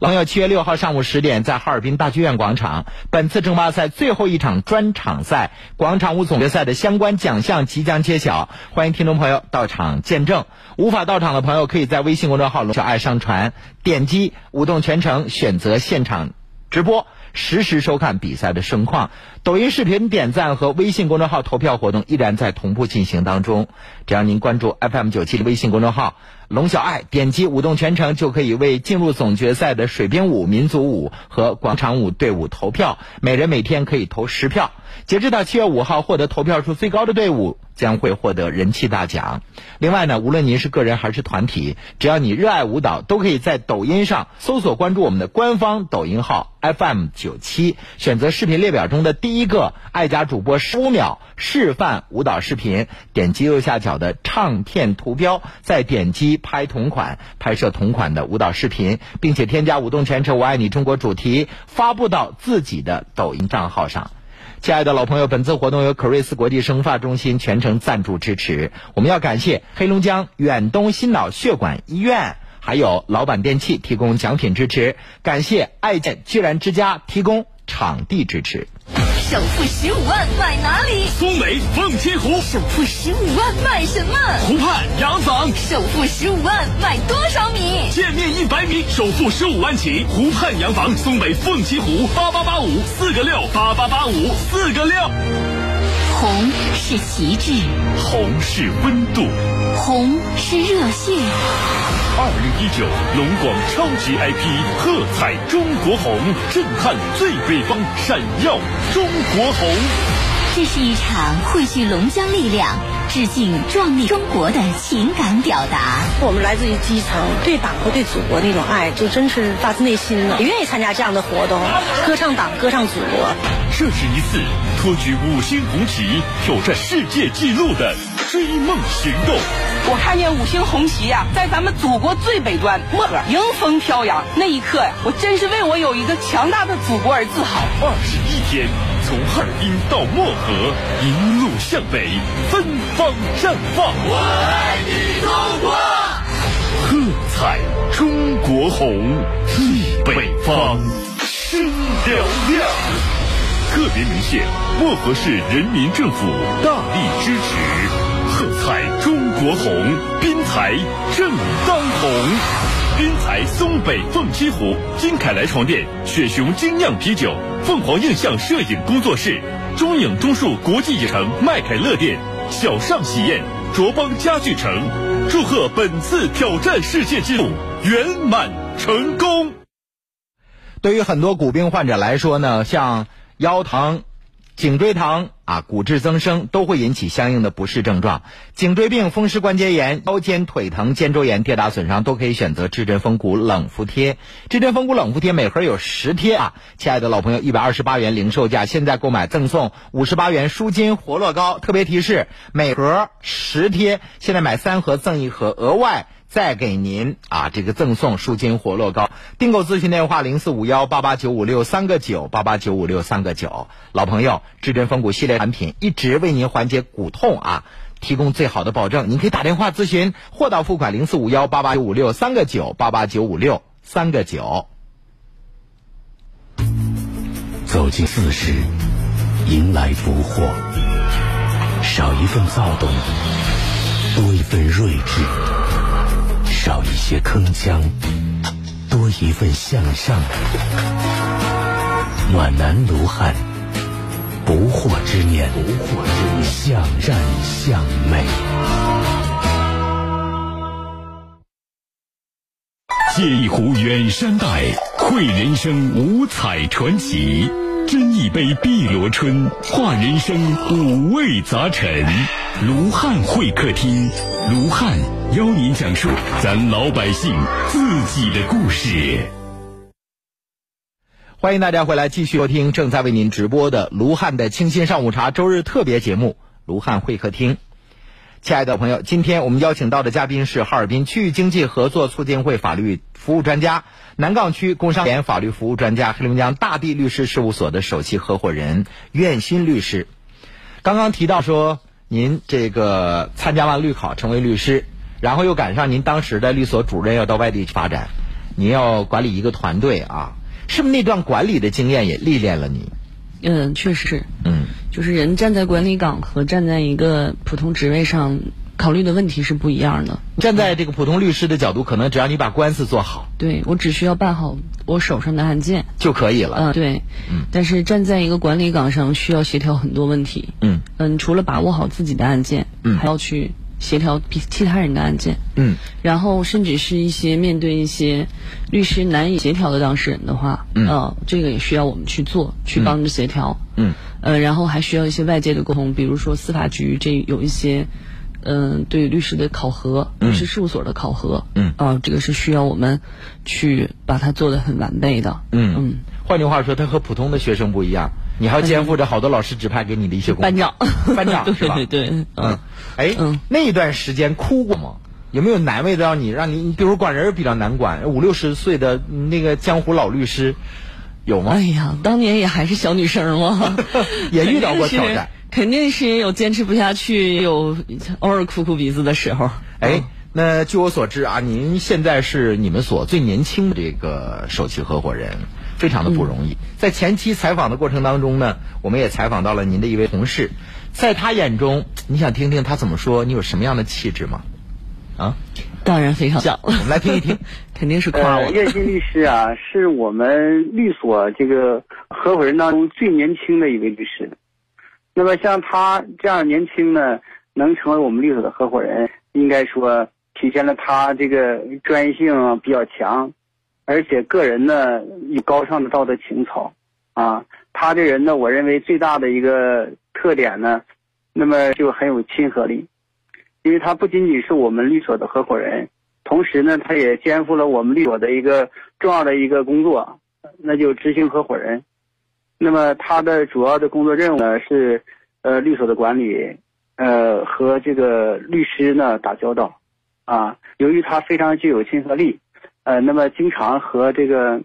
朋友，七月六号上午十点，在哈尔滨大剧院广场，本次争霸赛最后一场专场赛广场舞总决赛的相关奖项即将揭晓，欢迎听众朋友到场见证。无法到场的朋友，可以在微信公众号“龙小爱”上传，点击“舞动全程”，选择现场直播，实时收看比赛的盛况。抖音视频点赞和微信公众号投票活动依然在同步进行当中，只要您关注 FM 九七的微信公众号。龙小爱点击舞动全程就可以为进入总决赛的水兵舞、民族舞和广场舞队伍投票，每人每天可以投十票。截至到七月五号，获得投票数最高的队伍将会获得人气大奖。另外呢，无论您是个人还是团体，只要你热爱舞蹈，都可以在抖音上搜索关注我们的官方抖音号 FM 九七，选择视频列表中的第一个爱家主播十五秒示范舞蹈视频，点击右下角的唱片图标，再点击。拍同款，拍摄同款的舞蹈视频，并且添加“舞动全程我爱你中国”主题，发布到自己的抖音账号上。亲爱的老朋友，本次活动由可瑞斯国际生发中心全程赞助支持。我们要感谢黑龙江远东心脑血管医院，还有老板电器提供奖品支持，感谢爱健居然之家提供场地支持。首付十五万买哪里？苏梅凤栖湖首付十五万买什么？湖畔洋房，首付十五万买多少米？建面一百米，首付十五万起。湖畔洋房，苏梅凤栖湖，八八八五四个六，八八八五四个六。红是旗帜，红是温度。红是热血。二零一九龙广超级 IP 喝彩中国红，震撼最北方，闪耀中国红。这是一场汇聚龙江力量、致敬壮丽中国的情感表达。我们来自于基层，对党和对祖国那种爱，就真是发自内心了，也愿意参加这样的活动，歌唱党，歌唱祖国。这是一次托举五星红旗、挑战世界纪录的追梦行动。我看见五星红旗呀、啊，在咱们祖国最北端漠河迎风飘扬，那一刻呀、啊，我真是为我有一个强大的祖国而自豪。二十一天，从哈尔滨到漠河，一路向北，芬芳绽放。我爱你，中国！喝彩，中国红，忆北方，声嘹亮。特别鸣谢漠河市人民政府大力支持。喝彩中国红，滨才正当红。滨才松北凤栖湖金凯莱床垫、雪熊精酿啤酒、凤凰映像摄影工作室、中影中树国际影城麦凯乐店、小尚喜宴、卓邦家具城，祝贺本次挑战世界纪录圆满成功。对于很多骨病患者来说呢，像腰疼。颈椎疼啊，骨质增生都会引起相应的不适症状。颈椎病、风湿关节炎、腰间腿疼、肩周炎、跌打损伤都可以选择至臻风骨冷敷贴。至臻风骨冷敷贴每盒有十贴啊！亲爱的老朋友，一百二十八元零售价，现在购买赠送五十八元舒筋活络膏。特别提示：每盒十贴，现在买三盒赠一盒，额外。再给您啊，这个赠送舒筋活络膏。订购咨询电话零四五幺八八九五六三个九八八九五六三个九。老朋友，至臻风骨系列产品一直为您缓解骨痛啊，提供最好的保证。您可以打电话咨询，货到付款零四五幺八八九五六三个九八八九五六三个九。走进四十，迎来不惑，少一份躁动，多一份睿智。少一些铿锵，多一份向上。暖男卢汉，不惑之年，不惑之年，向善向美。借一壶远山黛，绘人生五彩传奇；斟一杯碧螺春，化人生五味杂陈。卢汉会客厅，卢汉邀您讲述咱老百姓自己的故事。欢迎大家回来继续收听正在为您直播的卢汉的清新上午茶周日特别节目《卢汉会客厅》。亲爱的朋友，今天我们邀请到的嘉宾是哈尔滨区域经济合作促进会法律服务专家、南岗区工商联法律服务专家、黑龙江大地律师事务所的首席合伙人苑新律师。刚刚提到说。您这个参加完律考成为律师，然后又赶上您当时的律所主任要到外地去发展，您要管理一个团队啊，是不是那段管理的经验也历练了你？嗯，确实是。嗯，就是人站在管理岗和站在一个普通职位上考虑的问题是不一样的。站在这个普通律师的角度，可能只要你把官司做好，对我只需要办好我手上的案件就可以了。嗯，对。嗯，但是站在一个管理岗上，需要协调很多问题。嗯。嗯，除了把握好自己的案件，嗯，还要去协调其他人的案件，嗯，然后甚至是一些面对一些律师难以协调的当事人的话，嗯，呃，这个也需要我们去做，去帮着协调，嗯，呃，然后还需要一些外界的沟通，比如说司法局这有一些，嗯、呃，对律师的考核，嗯、律师事务所的考核，嗯，啊、呃，这个是需要我们去把它做的很完备的，嗯嗯，换句话说，他和普通的学生不一样。你还要肩负着好多老师指派给你的一些工作，班 长，班长是吧？对对对，嗯，哎，嗯、那段时间哭过吗？有没有难为到你？让你，你比如管人比较难管，五六十岁的那个江湖老律师，有吗？哎呀，当年也还是小女生嘛， 也遇到过挑战，肯定是也有坚持不下去，有偶尔哭哭鼻子的时候。哎，那据我所知啊，您现在是你们所最年轻的这个首席合伙人。非常的不容易。嗯在前期采访的过程当中呢，我们也采访到了您的一位同事，在他眼中，你想听听他怎么说？你有什么样的气质吗？啊，当然非常像。我们来听一听，肯定是夸哎我。岳鑫、呃、律师 啊，是我们律所这个合伙人当中最年轻的一位律师。那么像他这样年轻呢，能成为我们律所的合伙人，应该说体现了他这个专业性啊比较强，而且个人呢有高尚的道德情操。啊，他这人呢，我认为最大的一个特点呢，那么就很有亲和力。因为他不仅仅是我们律所的合伙人，同时呢，他也肩负了我们律所的一个重要的一个工作，那就执行合伙人。那么他的主要的工作任务呢是，呃，律所的管理，呃，和这个律师呢打交道，啊，由于他非常具有亲和力，呃，那么经常和这个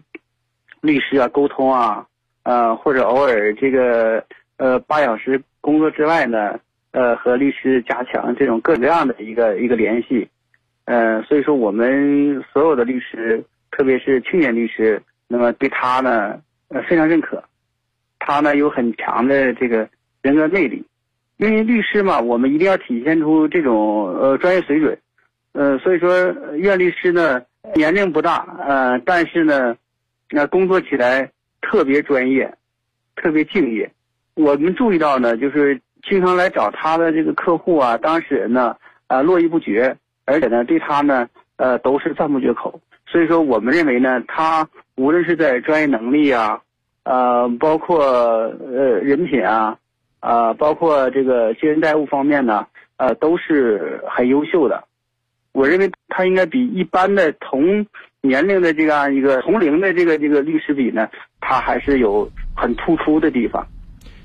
律师啊沟通啊，呃，或者偶尔这个呃八小时工作之外呢。呃，和律师加强这种各种各样的一个一个联系，呃，所以说我们所有的律师，特别是青年律师，那么对他呢，呃，非常认可。他呢有很强的这个人格魅力，因为律师嘛，我们一定要体现出这种呃专业水准，呃，所以说苑律师呢年龄不大，呃，但是呢，那、呃、工作起来特别专业，特别敬业。我们注意到呢，就是。经常来找他的这个客户啊，当事人呢，啊、呃、络绎不绝，而且呢对他呢，呃都是赞不绝口。所以说，我们认为呢，他无论是在专业能力啊，呃，包括呃人品啊，啊、呃，包括这个接人待物方面呢，呃，都是很优秀的。我认为他应该比一般的同年龄的这样一个同龄的这个这个律师比呢，他还是有很突出的地方。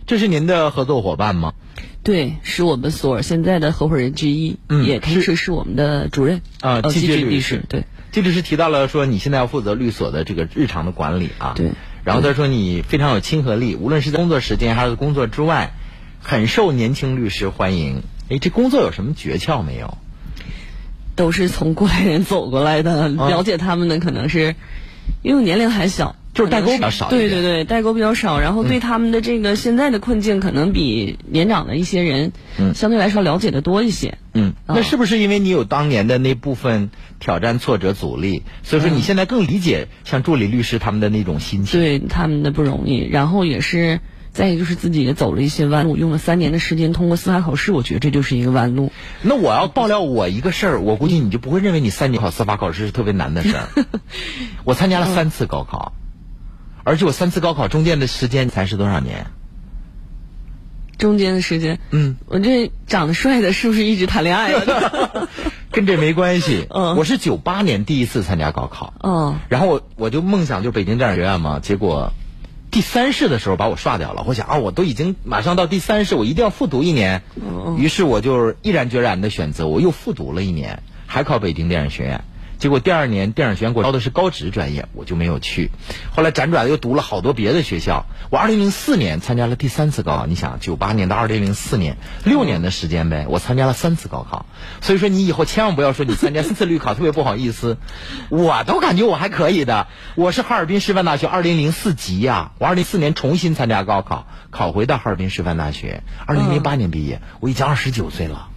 这是您的合作伙伴吗？对，是我们所现在的合伙人之一，嗯、也同时是我们的主任啊，季军、呃、律师。对，季律师提到了说，你现在要负责律所的这个日常的管理啊。对。然后他说你非常有亲和力，无论是在工作时间还是工作之外，很受年轻律师欢迎。哎，这工作有什么诀窍没有？都是从过来人走过来的，啊了解他们的可能是，因为年龄还小。就是代沟比较少，对对对，代沟比较少，嗯然后对他们的这个现在的困境，可能比年长的一些人，嗯，相对来说了解的多一些。啊嗯，哦、那是不是因为你有当年的那部分挑战、挫折、阻力，所以说你现在更理解像助理律师他们的那种心情？ 嗯、对他们的不容易，然后也是。再一个就是自己也走了一些弯路，用了三年的时间通过司法考试，我觉得这就是一个弯路。那我要爆料我一个事儿，我估计你就不会认为你三年考司法考试是特别难的事 儿。我参加了三次高考，而且我三次高考中间的时间才是多少年？中间的时间，嗯，我这长得帅的，是不是一直谈恋爱啊了？跟这没关系。嗯，我是九八年第一次参加高考。嗯，然后我我就梦想就北京电影学院嘛，结果。第三试的时候把我刷掉了，我想啊，我都已经马上到第三试，我一定要复读一年。嗯于是我就毅然决然的选择，我又复读了一年，还考北京电影学院。结果第二年电影学院给我招的是高职专业，我就没有去。后来辗转又读了好多别的学校。我二零零四年参加了第三次高考，你想，九八年到二零零四年，六年的时间呗，我参加了三次高考。所以说，你以后千万不要说你参加三次律考特别不好意思。我都感觉我还可以的，我是哈尔滨师范大学二零零四级呀、啊，我二零四年重新参加高考，考回到哈尔滨师范大学，二零零八年毕业，我已经二十九岁了。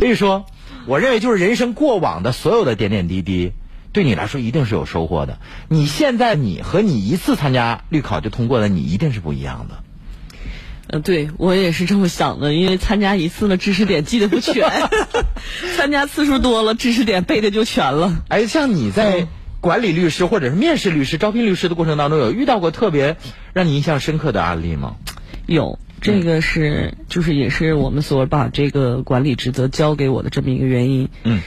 所以说。我认为就是人生过往的所有的点点滴滴，对你来说一定是有收获的。你现在你和你一次参加律考就通过的你一定是不一样的。呃，对我也是这么想的，因为参加一次了，知识点记得不全；参加次数多了，知识点背的就全了。哎，像你嗯在管理律师或者是面试律师、招聘律师的过程当中，有遇到过特别让你印象深刻的案例吗？有。这个是，就是也是我们所把这个管理职责交给我的这么一个原因。嗯，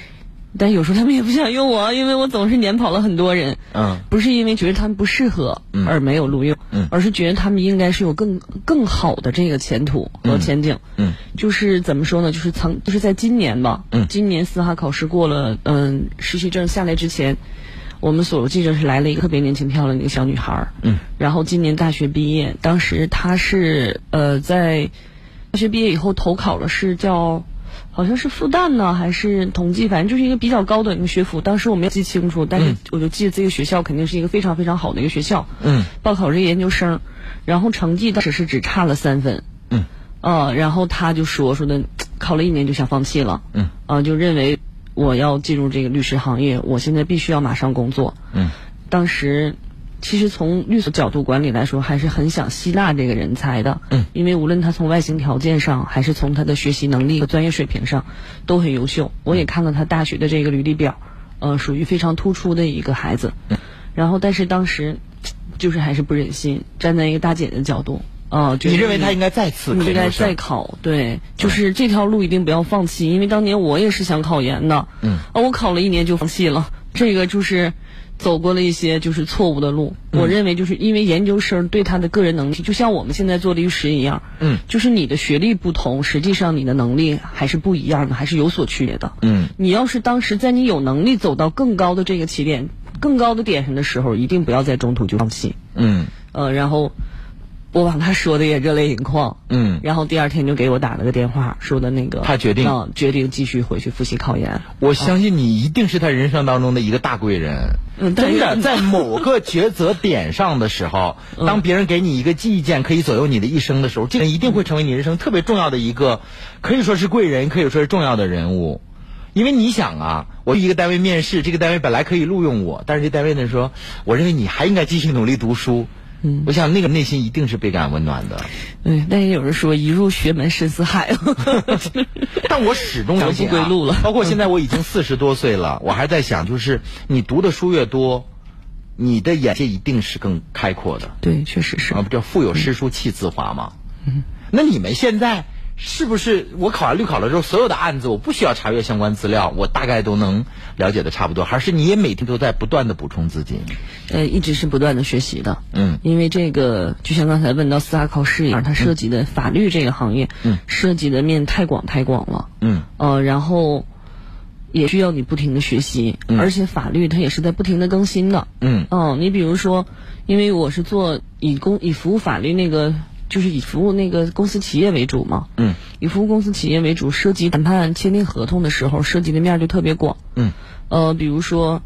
但有时候他们也不想用我，啊因为我总是撵跑了很多人。嗯，不是因为觉得他们不适合而没有录用，嗯，而是觉得他们应该是有更更好的这个前途和前景。嗯，嗯就是怎么说呢？就是曾就是在今年吧，嗯，今年司法考试过了，嗯，实习证下来之前。我们所记者是来了一个特别年轻漂亮的一个小女孩，嗯，然后今年大学毕业，当时她是呃在大学毕业以后投考了是叫好像是复旦呢，还是同济，反正就是一个比较高的一个学府。当时我没有记清楚，但是我就记得这个学校肯定是一个非常非常好的一个学校。嗯，报考这研究生，然后成绩当时是只差了三分。嗯，呃，然后他就说说的，考了一年就想放弃了。嗯，啊、呃，就认为我要进入这个律师行业，我现在必须要马上工作。嗯，当时。其实从律所角度管理来说，还是很想吸纳这个人才的。嗯，因为无论他从外形条件上，还是从他的学习能力和专业水平上，都很优秀。我也看了他大学的这个履历表，呃，属于非常突出的一个孩子。嗯，然后但是当时，就是还是不忍心，站在一个大姐的角度，啊、呃，你认为他应该再次你应该再考，对，就是这条路一定不要放弃，因为当年我也是想考研的。嗯，啊，我考了一年就放弃了，这个就是。走过了一些就是错误的路，嗯、我认为就是因为研究生对他的个人能力，就像我们现在做律师一样，嗯，就是你的学历不同，实际上你的能力还是不一样的，还是有所区别的。嗯，你要是当时在你有能力走到更高的这个起点、更高的点上的时候，一定不要在中途就放弃。嗯，呃，然后我把他说的也热泪盈眶。嗯，然后第二天就给我打了个电话，说的那个他决定、呃、决定继续回去复习考研。我相信你一定是他人生当中的一个大贵人。嗯、真的，在某个抉择点上的时候，嗯当别人给你一个意见可以左右你的一生的时候，这个人一定会成为你人生特别重要的一个，可以说是贵人，可以说是重要的人物。因为你想啊，我一个单位面试，这个单位本来可以录用我，但是这单位呢说，我认为你还应该继续努力读书。嗯，我想那个内心一定是倍感温暖的。嗯，但也有人说一入学门深似海。哦 但我始终相信、啊、不归路了。包括现在我已经四十多岁了，我还在想，就是你读的书越多，你的眼界一定是更开阔的。 对，确实是。啊，不叫腹有诗书气自华嘛。嗯。 那你们现在是不是我考完律考了之后，所有的案子我不需要查阅相关资料，我大概都能了解的差不多？还是你也每天都在不断的补充自己？呃，一直是不断的学习的，嗯，因为这个就像刚才问到司法考试一样，它涉及的法律这个行业，嗯，涉及的面太广太广了，嗯，呃，然后也需要你不停的学习，嗯、而且法律它也是在不停的更新的，嗯，哦、呃，你比如说，因为我是做以公以服务法律那个，就是以服务那个公司企业为主嘛，嗯，以服务公司企业为主，涉及谈判签订合同的时候，涉及的面就特别广，嗯，呃，比如说。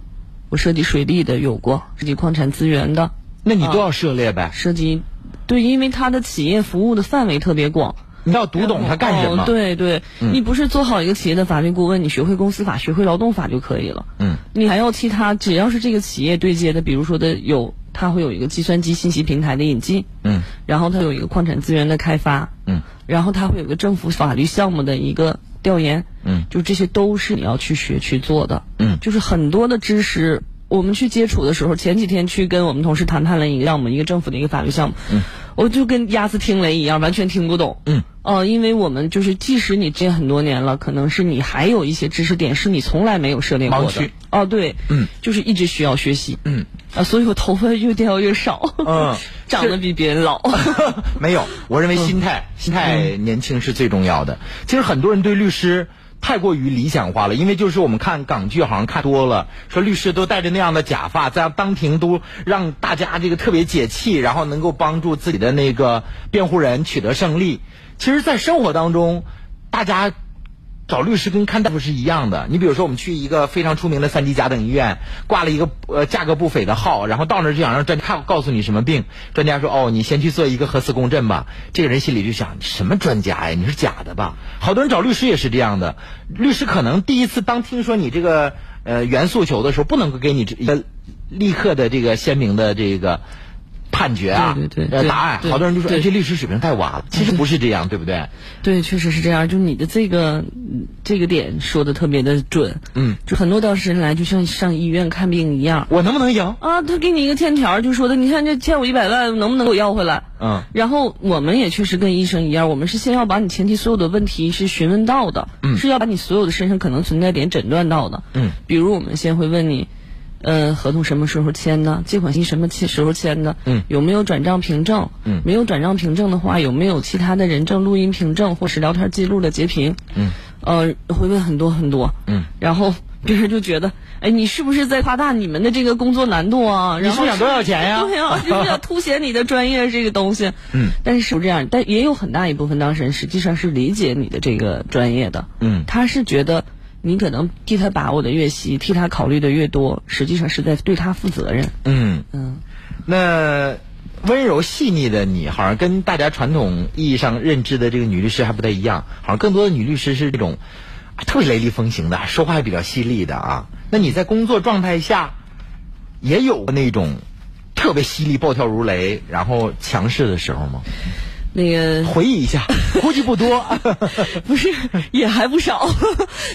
我涉及水利的有过，涉及矿产资源的，那你都要涉猎呗、啊。涉及，对，因为他的企业服务的范围特别广，你要读懂他干什么。哦、对对，嗯、你不是做好一个企业的法律顾问，你学会公司法、学会劳动法就可以了。嗯，你还要其他，只要是这个企业对接的，比如说的有，它会有一个计算机信息平台的引进，嗯，然后它有一个矿产资源的开发，嗯，然后它会有个政府法律项目的一个。调研，嗯，就这些都是你要去学去做的，嗯，就是很多的知识，我们去接触的时候，前几天去跟我们同事谈判了一个项目，一个政府的一个法律项目，嗯，我就跟鸭子听雷一样，完全听不懂，嗯，哦、呃，因为我们就是即使你这很多年了，可能是你还有一些知识点是你从来没有涉猎过的，哦，对，嗯，就是一直需要学习，嗯，啊，所以我头发越掉越少，嗯， 长得比别人老， 没有，我认为心态，嗯、心态年轻是最重要的。其实很多人对律师。太过于理想化了，因为就是我们看港剧好像看多了，说律师都戴着那样的假发，在当庭都让大家这个特别解气，然后能够帮助自己的那个辩护人取得胜利。其实，在生活当中，大家找律师跟看大夫是一样的。你比如说，我们去一个非常出名的三级甲等医院，挂了一个呃价格不菲的号，然后到那儿就想让专家告诉你什么病，专家说哦，你先去做一个核磁共振吧。这个人心里就想，什么专家呀？你是假的吧？好多人找律师也是这样的，律师可能第一次当听说你这个呃原诉求的时候，不能够给你这呃立刻的这个鲜明的这个判决啊，对对对，对答案。好多人就说，哎，这律师水平太洼了。其实不是这样，对不对？ 对，确实是这样。就你的这个嗯这个点说的特别的准，嗯，就很多当事人来就像上医院看病一样，我能不能赢啊？他给你一个欠条，就说的，你看这欠我一百万，能不能给我要回来？嗯，然后我们也确实跟医生一样，我们是先要把你前提所有的问题是询问到的，嗯，是要把你所有的身上可能存在点诊断到的，嗯，比如我们先会问你，呃，合同什么时候签的？借款协议什么签时候签的？嗯，有没有转账凭证？嗯，没有转账凭证的话，有没有其他的人证、录音凭证或是聊天记录的截屏？嗯，呃，会问很多很多，嗯，然后别人就觉得，哎，你是不是在夸大你们的这个工作难度啊？然后你是想多少钱呀对啊 呀、是不是要凸显你的专业这个东西？嗯，但是不这样，但也有很大一部分当事人实际上是理解你的这个专业的，嗯他是觉得你可能替他把握的越细，替他考虑的越多，实际上是在对他负责任。嗯嗯，那温柔细腻的你，好像跟大家传统意义上认知的这个女律师还不太一样，好像更多的女律师是这种啊特别雷厉风行的，说话也比较犀利的啊。那你在工作状态下也有过那种特别犀利、暴跳如雷，然后强势的时候吗？那个 回忆一 下，估计不多， 不是也还不少，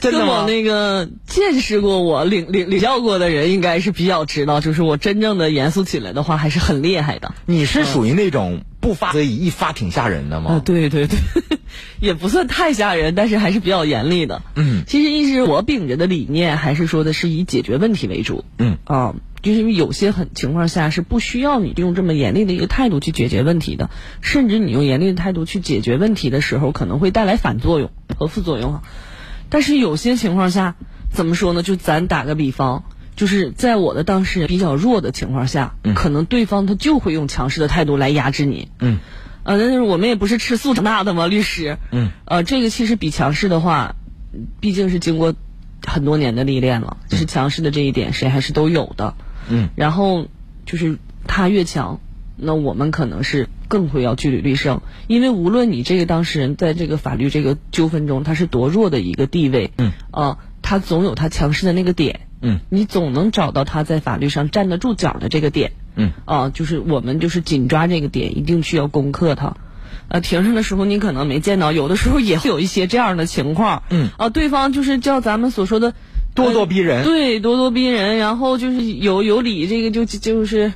真的跟吗我那个见识过我领领领教过的人，应该是比较知道，就是我真正的严肃起来的话，还是很厉害的。你是属于那种不发则已，一发挺吓人的吗？呃啊，对对 对，也不算太吓人，但是还是比较严厉的。嗯，其实一直我秉着的理念还是说的是以解决问题为主。嗯啊，就是因为有些很情况下是不需要你用这么严厉的一个态度去解决问题的，甚至你用严厉的态度去解决问题的时候，可能会带来反作用和副作用啊。但是有些情况下，怎么说呢？就咱打个比方。就是在我的当事人比较弱的情况下，可能对方他就会用强势的态度来压制你。嗯，呃，但是我们也不是吃素长大的嘛，律师。嗯，呃，这个其实比强势的话，毕竟是经过很多年的历练了，就是强势的这一点，谁还是都有的。嗯然后就是他越强，那我们可能是更会要据理力争，因为无论你这个当事人在这个法律这个纠纷中他是多弱的一个地位，嗯啊、他总有他强势的那个点，嗯你总能找到他在法律上站得住脚的这个点，嗯啊，就是我们就是紧抓这个点，一定需要攻克它。呃，庭上的时候你可能没见到，有的时候也会有一些这样的情况。嗯啊，对方就是叫咱们所说的咄咄逼人呃对，咄咄逼人，然后就是有有理，这个就就是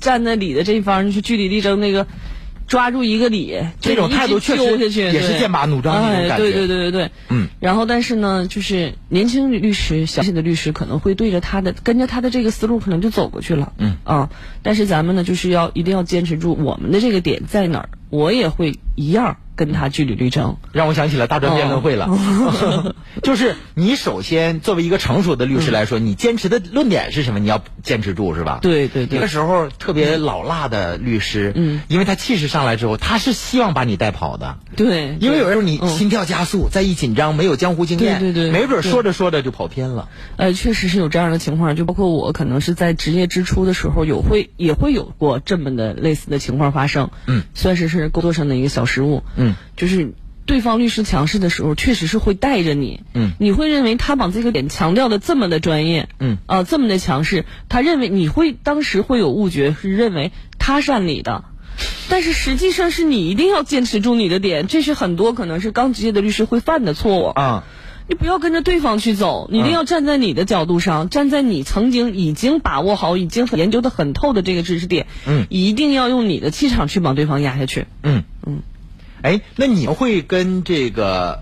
站在理的这一方，就是据理力争那个。抓住一个理，这种就一直态度确实揪下去也是对剑拔弩张的那种哎感对觉对对对对，嗯然后，但是呢，就是年轻律师、小的律师可能会对着他的跟着他的这个思路，可能就走过去了。嗯啊，但是咱们呢，就是要一定要坚持住我们的这个点在哪儿，我也会一样跟他据理力争。让我想起了大专辩论会了，哦 就是你首先作为一个成熟的律师来说，你坚持的论点是什么？你要坚持住是吧？对对对有的时候特别老辣的律师，嗯，因为他气势上来之后，他是希望把你带跑的，对，因为有时候你嗯心跳加速，再一紧张，没有江湖经验，对对对没准对说着说着就跑偏了。呃，确实是有这样的情况，就包括我可能是在职业之初的时候，有会也会有过这么的类似的情况发生。嗯，算是是工作上的一个小失误。嗯，就是对方律师强势的时候，确实是会带着你。嗯你会认为他把这个点强调的这么的专业。嗯，啊、这么的强势，他认为你会当时会有误觉，是认为他善你的。但是实际上是你一定要坚持住你的点，这是很多可能是刚职业的律师会犯的错误啊。你不要跟着对方去走，嗯你一定要站在你的角度上，站在你曾经已经把握好、已经研究的很透的这个知识点，嗯一定要用你的气场去把对方压下去。嗯嗯，哎，那你们会跟这个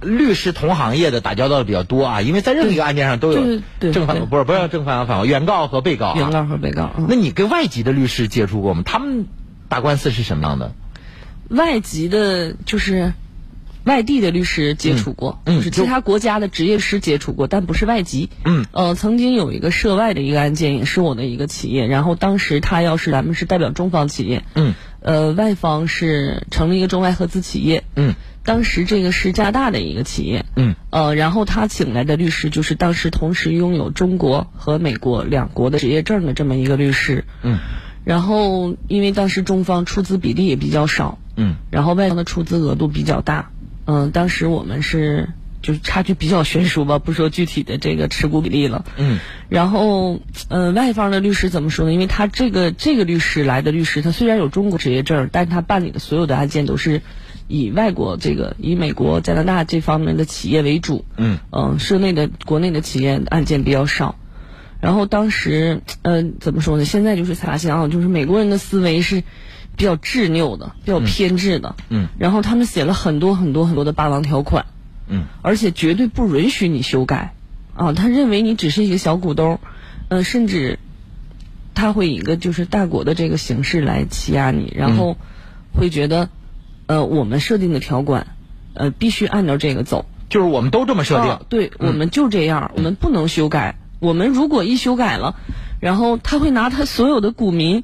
律师同行业的打交道的比较多啊？因为在任何一个案件上都对有对对正反不是不是正反和反告，原告和被告、啊。原告和被告嗯那你跟外籍的律师接触过吗？他们打官司是什么样的？外籍的，就是外地的律师接触过，嗯嗯就是其他国家的职业师接触过，但不是外籍。嗯，呃，曾经有一个涉外的一个案件，也是我的一个企业，然后当时他要是咱们是代表中方企业，嗯呃，外方是成立一个中外合资企业，嗯当时这个是加拿大的一个企业，嗯呃，然后他请来的律师就是当时同时拥有中国和美国两国的职业证的这么一个律师，嗯然后因为当时中方出资比例也比较少，嗯然后外方的出资额度比较大，嗯、当时我们是就是差距比较悬殊吧，不说具体的这个持股比例了，嗯然后，呃，外方的律师怎么说呢？因为他这个这个律师来的律师，他虽然有中国职业证，但他办理的所有的案件都是以外国这个以美国、加拿大这方面的企业为主。嗯嗯、涉内的国内的企业案件比较少。然后当时，呃，怎么说呢？现在就是发现啊，就是美国人的思维是比较执拗的，比较偏执的。嗯然后他们写了很多很多很多的霸王条款。嗯而且绝对不允许你修改，啊，他认为你只是一个小股东，呃，甚至他会以一个就是大国的这个形式来欺压你，然后会觉得，呃，我们设定的条款，呃，必须按照这个走，就是我们都这么设定。啊、对、嗯，我们就这样，我们不能修改。我们如果一修改了，然后他会拿他所有的股民，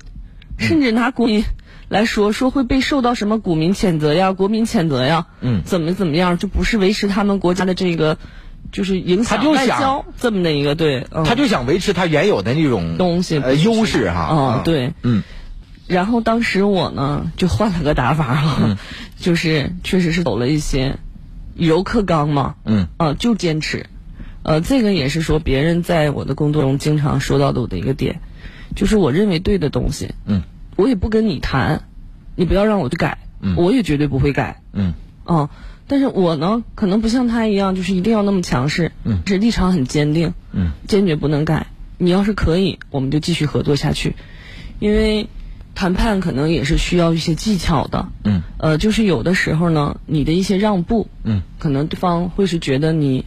甚至拿股民来说，说会被受到什么股民谴责呀、国民谴责呀，嗯，怎么怎么样，就不是维持他们国家的这个。就是影响外交这么的一个对、嗯，他就想维持他原有的那种东西呃优势哈、啊。嗯，对，嗯。然后当时我呢就换了个打法了，嗯、 就是确实是走了一些以柔克刚嘛，嗯，啊、呃、就坚持，呃这个也是说别人在我的工作中经常说到的我的一个点，就是我认为对的东西，嗯，我也不跟你谈，你不要让我去改，嗯，我也绝对不会改，嗯，啊、呃。但是我呢，可能不像他一样，就是一定要那么强势，嗯，是立场很坚定，嗯，坚决不能改。你要是可以，我们就继续合作下去，因为谈判可能也是需要一些技巧的，嗯，呃，就是有的时候呢，你的一些让步，嗯，可能对方会是觉得你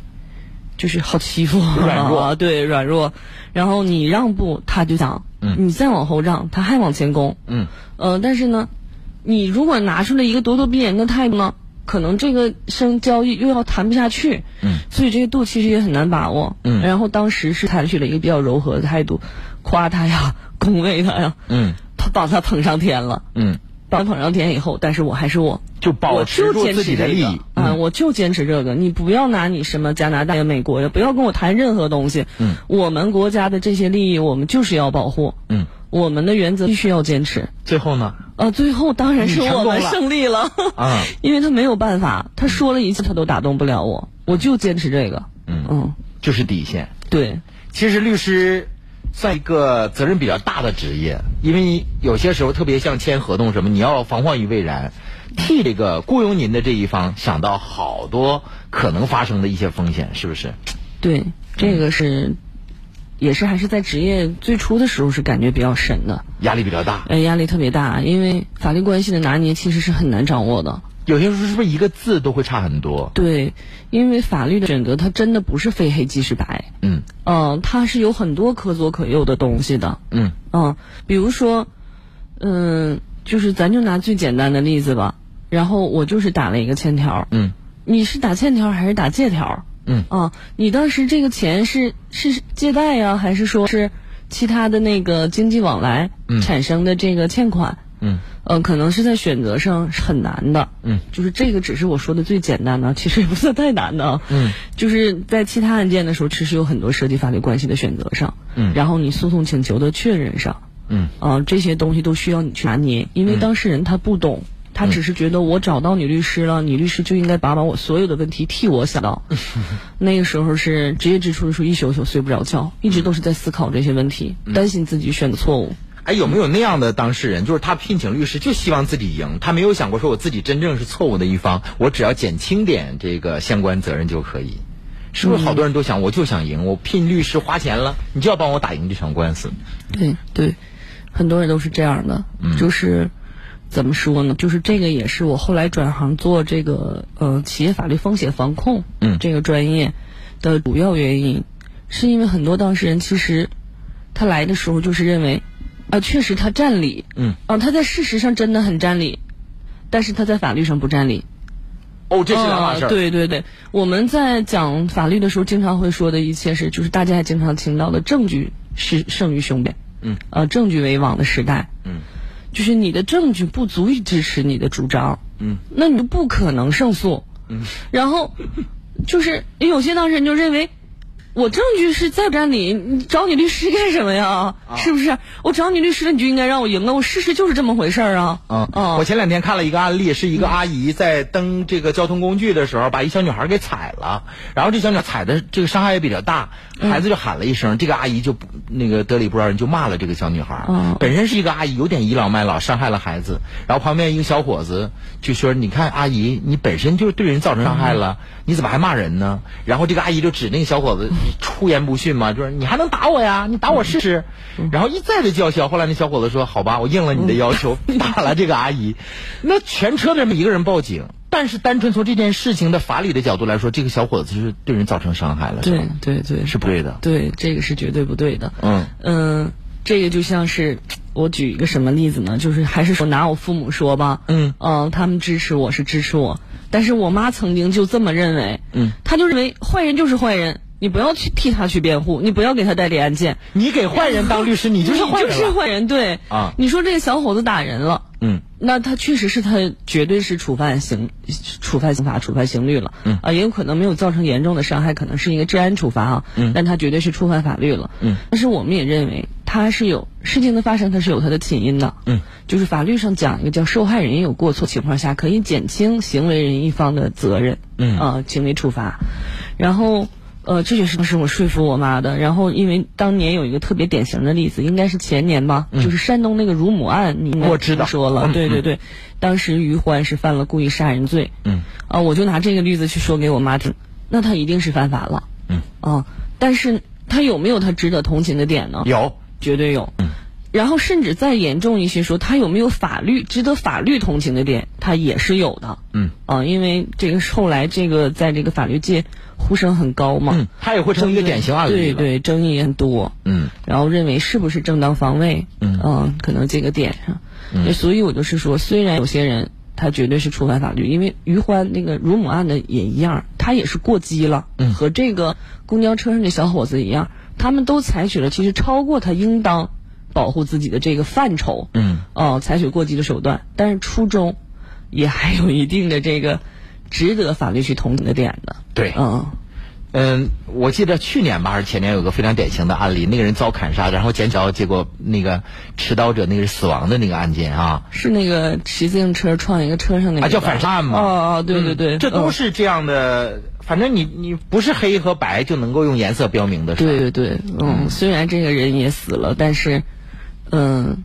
就是好欺负， 软弱，啊、对软弱，然后你让步，他就想，嗯，你再往后让，他还往前攻，嗯，呃，但是呢，你如果拿出了一个咄咄逼人的态度呢？可能这个生交易又要谈不下去，嗯，所以这个度其实也很难把握，嗯。然后当时是采取了一个比较柔和的态度，夸他呀，恭维他呀，嗯，他把他捧上天了，嗯，把他捧上天以后，但是我还是我，就保持住自己的利益，啊、这个嗯，我就坚持这个，你不要拿你什么加拿大呀、美国呀，不要跟我谈任何东西，嗯，我们国家的这些利益我们就是要保护，嗯。我们的原则必须要坚持。最后呢？呃，最后当然是我们胜利了。啊 因为他没有办法，他说了一次他都打动不了我，我就坚持这个。嗯嗯，就是底线。对，其实律师算一个责任比较大的职业，因为有些时候特别像签合同什么，你要防患于未然，替这个雇佣您的这一方想到好多可能发生的一些风险，是不是？对，这个是。嗯也是还是在职业最初的时候是感觉比较深的，压力比较大。呃，压力特别大，因为法律关系的拿捏其实是很难掌握的。有些时候是不是一个字都会差很多？对，因为法律的选择它真的不是非黑即是白。嗯。呃，它是有很多可左可右的东西的。嗯。嗯、呃，比如说，嗯、呃，就是咱就拿最简单的例子吧。然后我就是打了一个欠条。嗯。你是打欠条还是打借条？嗯啊，你当时这个钱是是借贷呀、啊，还是说是其他的那个经济往来产生的这个欠款？嗯，呃，可能是在选择上是很难的。嗯，就是这个只是我说的最简单的，其实也不算太难的。嗯， 就是在其他案件的时候，其实有很多涉及法律关系的选择上，嗯，然后你诉讼请求的确认上，嗯，啊、呃，这些东西都需要你去拿捏，因为当事人他不懂。他嗯只是觉得我找到你律师了，你律师就应该把把我所有的问题替我想 到。那个时候是职业支出的时候，一宿宿睡不着觉，一直都是在思考这些问题，嗯担心自己选的错误。哎，有没有那样的当事人，就是他聘请律师就希望自己赢，他没有想过说我自己真正是错误的一方，我只要减轻点这个相关责任就可以。是不是好多人都想我就想赢，我聘律师花钱了，你就要帮我打赢这场官司？对对，很多人都是这样的，嗯、就是。怎么说呢？就是这个也是我后来转行做这个呃企业法律风险防控嗯这个专业的主要原因，是因为很多当事人其实他来的时候就是认为啊确实他占理嗯啊他在事实上真的很占理，但是他在法律上不占理。哦，这是两码事儿、啊。对对对，我们在讲法律的时候经常会说的一切是，就是大家也经常听到的证据是胜于雄辩嗯呃证据为王的时代嗯。就是你的证据不足以支持你的主张，嗯，那你就不可能胜诉，嗯，然后，就是有些当事人就认为，我证据是在占理，你找你律师干什么呀、啊？是不是？我找你律师了，你就应该让我赢了，啊我事实就是这么回事儿啊！啊、嗯、啊！我前两天看了一个案例，是一个阿姨在蹬这个交通工具的时候，把一小女孩给踩了，然后这小女孩踩的这个伤害也比较大，孩子就喊了一声，嗯、这个阿姨就那个得理不饶人，就骂了这个小女孩。嗯、本身是一个阿姨，有点倚老卖老，伤害了孩子，然后旁边一个小伙子就说：“你看阿姨，你本身就对人造成伤害了，你怎么还骂人呢？”然后这个阿姨就指那个小伙子出言不逊嘛，就说：“你还能打我呀？你打我试试。”然后一再的叫嚣，后来那小伙子说：“好吧，我应了你的要求， 打了这个阿姨。”那全车的人一个人报警，但是单纯从这件事情的法理的角度来说，这个小伙子是对人造成伤害了，对对对，是不对的，对这个是绝对不对的。嗯嗯、呃，这个就像是我举一个什么例子呢？就是还是说拿我父母说吧，嗯呃，他们支持我是支持我，但是我妈曾经就这么认为，嗯，她就认为坏人就是坏人，你不要去替他去辩护，你不要给他代理案件，你给坏人当律师，你就是坏人，就是坏人，对啊。你说这个小伙子打人了，嗯，那他确实是他绝对是触犯刑、触犯刑法、触犯刑律了，嗯啊，也有可能没有造成严重的伤害，可能是一个治安处罚啊，嗯但他绝对是触犯法律了，嗯但是我们也认为他是有事情的发生，他是有他的起因的，嗯，就是法律上讲一个叫受害人也有过错情况下，可以减轻行为人一方的责任，嗯啊，行为处罚，然后。呃，这就是当时我说服我妈的。然后，因为当年有一个特别典型的例子，应该是前年吧，嗯就是山东那个乳母案，你应该我知道听说了，嗯对对嗯对，当时于欢是犯了故意杀人罪，嗯啊，我就拿这个例子去说给我妈听，那他一定是犯法了，嗯，啊，但是他有没有他值得同情的点呢？有，绝对有，嗯，然后甚至再严重一些说，他有没有法律值得法律同情的点，他也是有的，嗯啊，因为这个是后来这个在这个法律界呼声很高嘛，嗯，他也会成为一个典型案例对了对，争议也很多，嗯然后认为是不是正当防卫，嗯可能这个点上，嗯所以我就是说，虽然有些人他绝对是触犯法律，因为于欢那个乳母案的也一样，他也是过激了，嗯和这个公交车上这小伙子一样，他们都采取了其实超过他应当保护自己的这个范畴，嗯哦、采取过激的手段，但是初衷也还有一定的这个值得法律去同情的点的，对，嗯。嗯，我记得去年吧还是前年有个非常典型的案例，那个人遭砍杀，然后捡到结果那个持刀者那个是死亡的那个案件啊，是那个骑自行车撞一个车上那个啊吧，叫反杀案嘛，哦哦，对对嗯对，这都嗯是这样的，反正你你不是黑和白就能够用颜色标明的，是吧对对对，嗯，虽然这个人也死了，但是，嗯，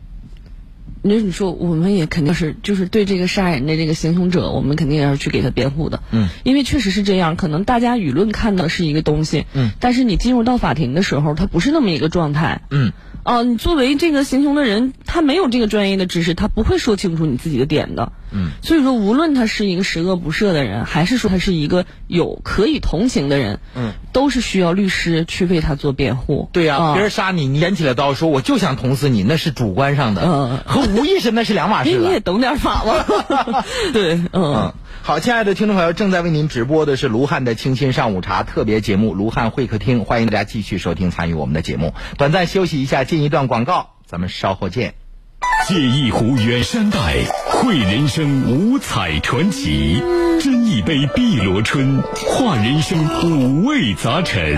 那你说我们也肯定是，就是对这个杀人的这个行凶者，我们肯定也要去给他辩护的，嗯因为确实是这样，可能大家舆论看到是一个东西，嗯但是你进入到法庭的时候，他不是那么一个状态，嗯哦、你作为这个行凶的人，他没有这个专业的知识，他不会说清楚你自己的点的，嗯所以说，无论他是一个十恶不赦的人，还是说他是一个有可以同情的人，嗯，都是需要律师去为他做辩护。对呀、啊别人杀你，你捡起了刀说我就想捅死你，那是主观上的，嗯和无意识那是两码哎，事你也了。懂点法 吧？对，嗯，嗯，好，亲爱的听众朋友，正在为您直播的是卢汉的清新上午茶特别节目《卢汉会客厅》，欢迎大家继续收听参与我们的节目。短暂休息一下，进一段广告，咱们稍后见。借一壶远山黛，绘人生五彩传奇；斟一杯碧螺春，化人生五味杂陈。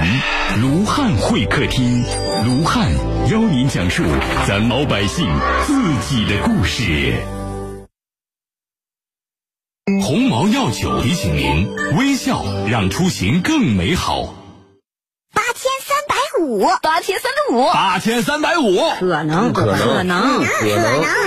卢汉会客厅，卢汉邀您讲述咱老百姓自己的故事。鸿茅药酒提醒您：微笑让出行更美好。八千三百五，八千三百五，八千三百五，可能可能可能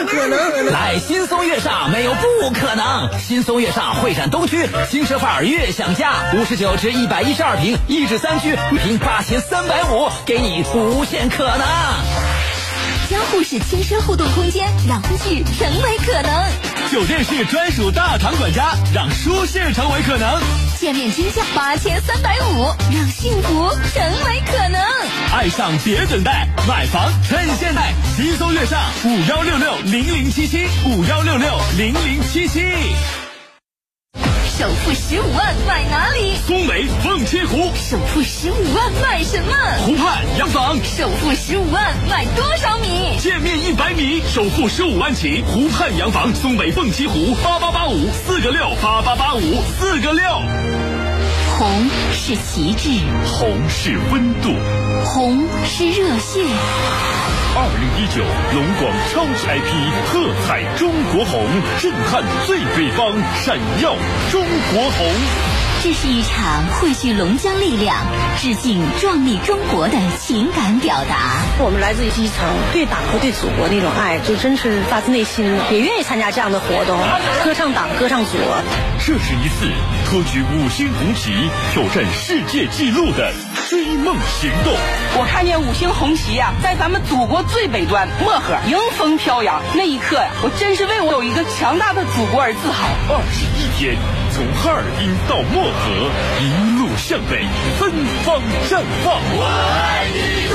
可能来新松月上没有不可能，新松月上会展东区新奢范儿悦享家，五十九至一百一十二平，一至三区，平八千三百五，给你无限可能。江户式轻奢互动空间，让欢聚成为可能。酒店是专属大堂管家，让舒适成为可能。见面均价八千三百五，让幸福成为可能。爱上别等待，买房趁现在，轻松月上五幺六六零零七七五幺六六零零七七。首付十五万买哪里？东北凤栖湖，首付十五万买什么？湖畔洋房，首付十五万买多少米？见面一百米，首付十五万起，湖畔洋房，松北凤栖湖八八八五四个六八八八五四个六。红是旗帜，红是温度。红是热血，二零一九龙广超值 IP 喝彩中国红，震撼最北方，闪耀中国红。这是一场汇聚龙江力量、致敬壮丽中国的情感表达。我们来自于基层，对党和对祖国那种爱，就真是发自内心的，也愿意参加这样的活动，歌唱党，歌唱祖国。这是一次托举五星红旗、挑战世界纪录的追梦行动。我看见五星红旗呀、在咱们祖国最北端漠河迎风飘扬，那一刻呀、我真是为我有一个强大的祖国而自豪。哦二十一天，从哈尔滨到漠河，一路向北，芬芳绽放。我爱你，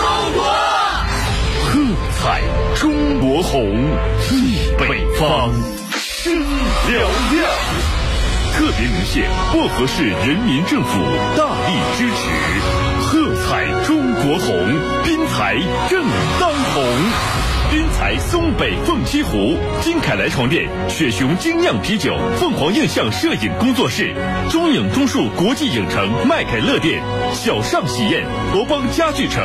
中国！喝彩，中国红，忆北方，声嘹亮。特别鸣谢漠河市人民政府大力支持，喝彩中国红，滨才正当红。滨才松北凤栖湖、金凯莱床垫、雪熊精酿啤酒、凤凰映像摄影工作室、中影中数国际影城麦凯乐店、小尚喜宴、罗邦家具城，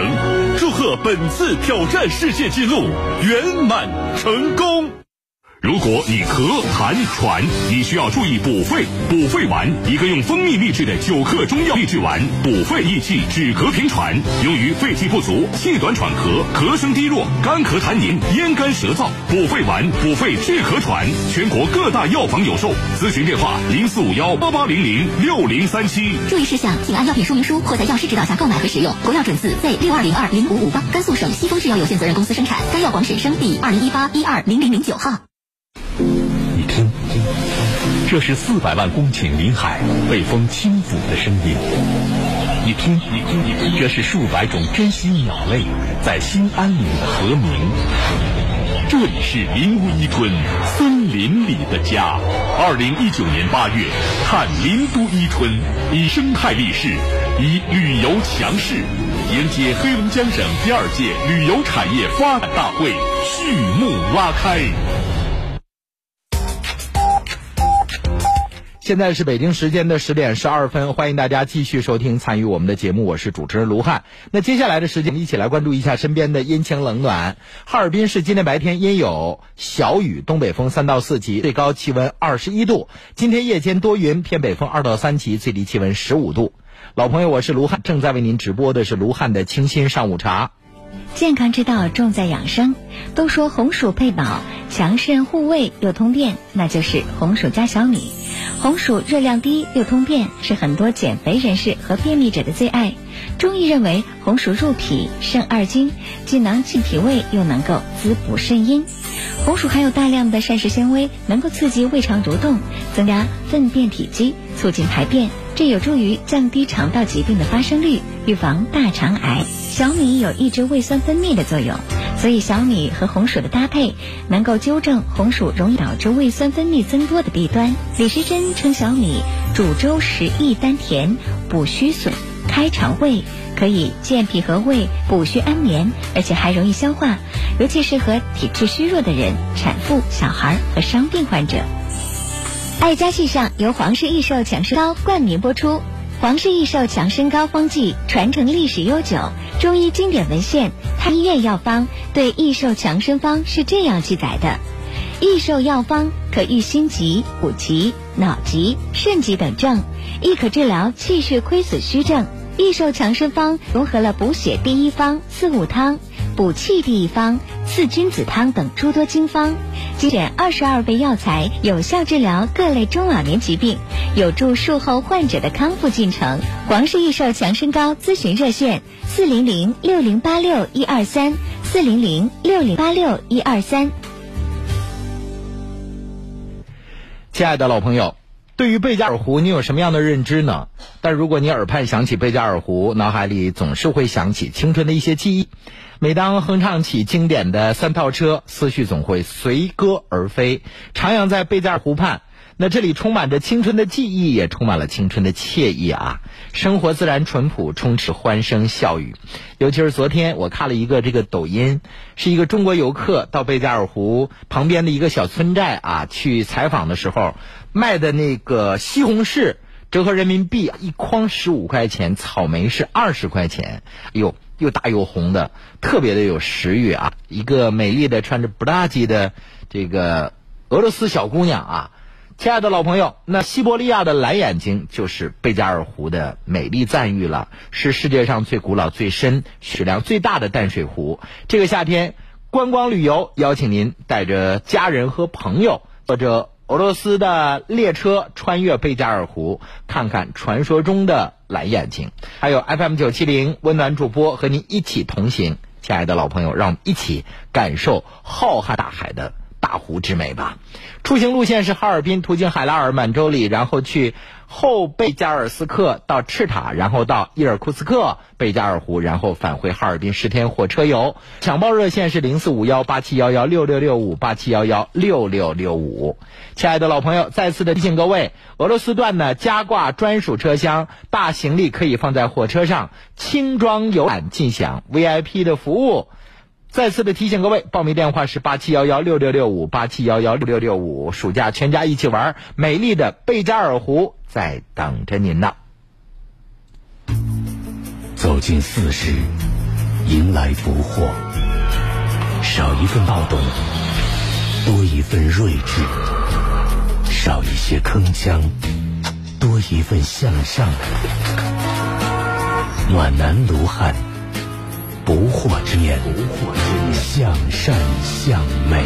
祝贺本次挑战世界纪录圆满成功。如果你咳痰喘，你需要注意补肺。补肺丸，一个用蜂蜜秘制的九克中药秘制丸，补肺益气，止咳平喘，用于肺气不足、气短喘咳、咳声低弱、干咳痰黏、咽干舌燥。补肺丸，补肺治咳喘，全国各大药房有售。咨询电话：零四五幺八八零零六零三七。注意事项，请按药品说明书或在药师指导下购买和使用。国药准字 Z 六二零二零五五八，甘肃省西峰制药有限责任公司生产。该药广审生第二零一八一二零零零九号。你听，这是四百万公顷林海被风轻抚的声音。你听，你听，你听，这是数百种珍稀鸟类在新安岭的和鸣。这里是林屋一村，森林里的家。二零一九年八月，看林都伊春，以生态立市，以旅游强势，迎接黑龙江省第二届旅游产业发展大会序幕拉开。现在是北京时间的十点十二分，欢迎大家继续收听参与我们的节目，我是主持人卢汉。那接下来的时间，一起来关注一下身边的阴晴冷暖。哈尔滨市今天白天阴有小雨，东北风三到四级，最高气温二十一度；今天夜间多云，偏北风二到三级，最低气温十五度。老朋友，我是卢汉，正在为您直播的是卢汉的清新上午茶。健康之道，重在养生。都说红薯配饱，强肾护胃又通便，那就是红薯加小米。红薯热量低又通便，是很多减肥人士和便秘者的最爱。中医认为，红薯入脾肾二经，既能健脾胃，又能够滋补肾阴。红薯含有大量的膳食纤维，能够刺激胃肠蠕动，增加粪便体积，促进排便。这有助于降低肠道疾病的发生率，预防大肠癌。小米有抑制胃酸分泌的作用，所以小米和红薯的搭配能够纠正红薯容易导致胃酸分泌增多的弊端。李时珍称小米煮粥食益丹田，补虚损，开肠胃，可以健脾和胃，补虚安眠，而且还容易消化，尤其适合体质虚弱的人、产妇、小孩和伤病患者。爱家戏上由皇室益寿强身膏冠名播出。皇室益寿强身膏方剂传承历史悠久，中医经典文献《太医院药方》对益寿强身方是这样记载的：益寿药方可愈心疾、骨疾、脑疾、肾疾等症，亦可治疗气血亏损虚症。益寿强身方融合了补血第一方、四物汤。补气第一方、四君子汤等诸多经方，精选二十二味药材，有效治疗各类中老年疾病，有助术后患者的康复进程。皇氏益寿强身膏咨询热线：四零零六零八六一二三，四零零六零八六一二三。亲爱的老朋友。对于贝加尔湖，你有什么样的认知呢？但如果你耳畔想起贝加尔湖，脑海里总是会想起青春的一些记忆。每当哼唱起经典的三套车，思绪总会随歌而飞，徜徉在贝加尔湖畔。那这里充满着青春的记忆，也充满了青春的惬意啊！生活自然淳朴，充斥欢声笑语。尤其是昨天，我看了一个这个抖音，是一个中国游客到贝加尔湖旁边的一个小村寨啊去采访的时候，卖的那个西红柿折合人民币一筐十五块钱，草莓是二十块钱，哎呦，又大又红的，特别的有食欲啊！一个美丽的穿着布拉吉的这个俄罗斯小姑娘啊。亲爱的老朋友，那西伯利亚的蓝眼睛就是贝加尔湖的美丽赞誉了，是世界上最古老、最深、血量最大的淡水湖。这个夏天，观光旅游邀请您带着家人和朋友，坐着俄罗斯的列车穿越贝加尔湖，看看传说中的蓝眼睛。还有 FM 九七零温暖主播和您一起同行，亲爱的老朋友，让我们一起感受浩瀚大海的。大湖之美吧。出行路线是哈尔滨途经海拉尔、满洲里，然后去后贝加尔斯克到赤塔，然后到伊尔库茨克、贝加尔湖，然后返回哈尔滨十天火车游。抢报热线是零四五幺八七幺幺六六六五八七幺幺六六六五。亲爱的老朋友，再次的提醒各位，俄罗斯段呢加挂专属车厢，大行李可以放在火车上，轻装游览尽享 VIP 的服务。再次的提醒各位，报名电话是八七幺幺六六六五八七幺幺六六六五。暑假全家一起玩，美丽的贝加尔湖在等着您呢。走进四十，迎来不惑，少一份暴动，多一份睿智；少一些铿锵，多一份向上。暖男卢汉。不惑之年，向善向美。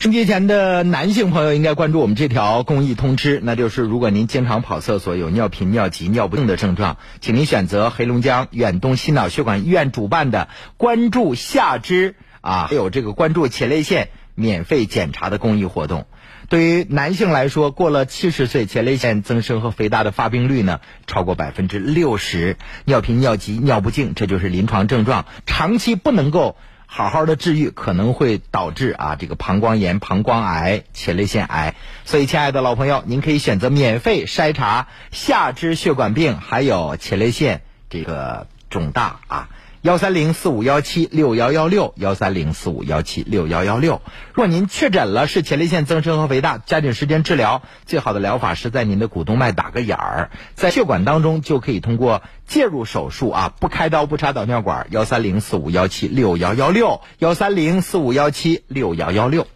春节前的男性朋友应该关注我们这条公益通知，那就是如果您经常跑厕所，有尿频、尿急、尿不正的症状，请您选择黑龙江远东心脑血管医院主办的“关注下肢”啊，还有这个“关注前列腺”免费检查的公益活动。对于男性来说，过了七十岁，前列腺增生和肥大的发病率呢超过百分之六十，尿频、尿急、尿不尽，这就是临床症状。长期不能够好好的治愈，可能会导致啊这个膀胱炎、膀胱癌、前列腺癌。所以，亲爱的老朋友，您可以选择免费筛查下肢血管病，还有前列腺这个肿大啊。幺三零四五幺七六幺幺六，幺三零四五幺七六幺幺六。若您确诊了是前列腺增生和肥大，加紧时间治疗。最好的疗法是在您的股动脉打个眼儿，在血管当中就可以通过介入手术啊，不开刀不插导尿管。幺三零四五幺七六幺幺六，幺三零四五幺七六幺幺六。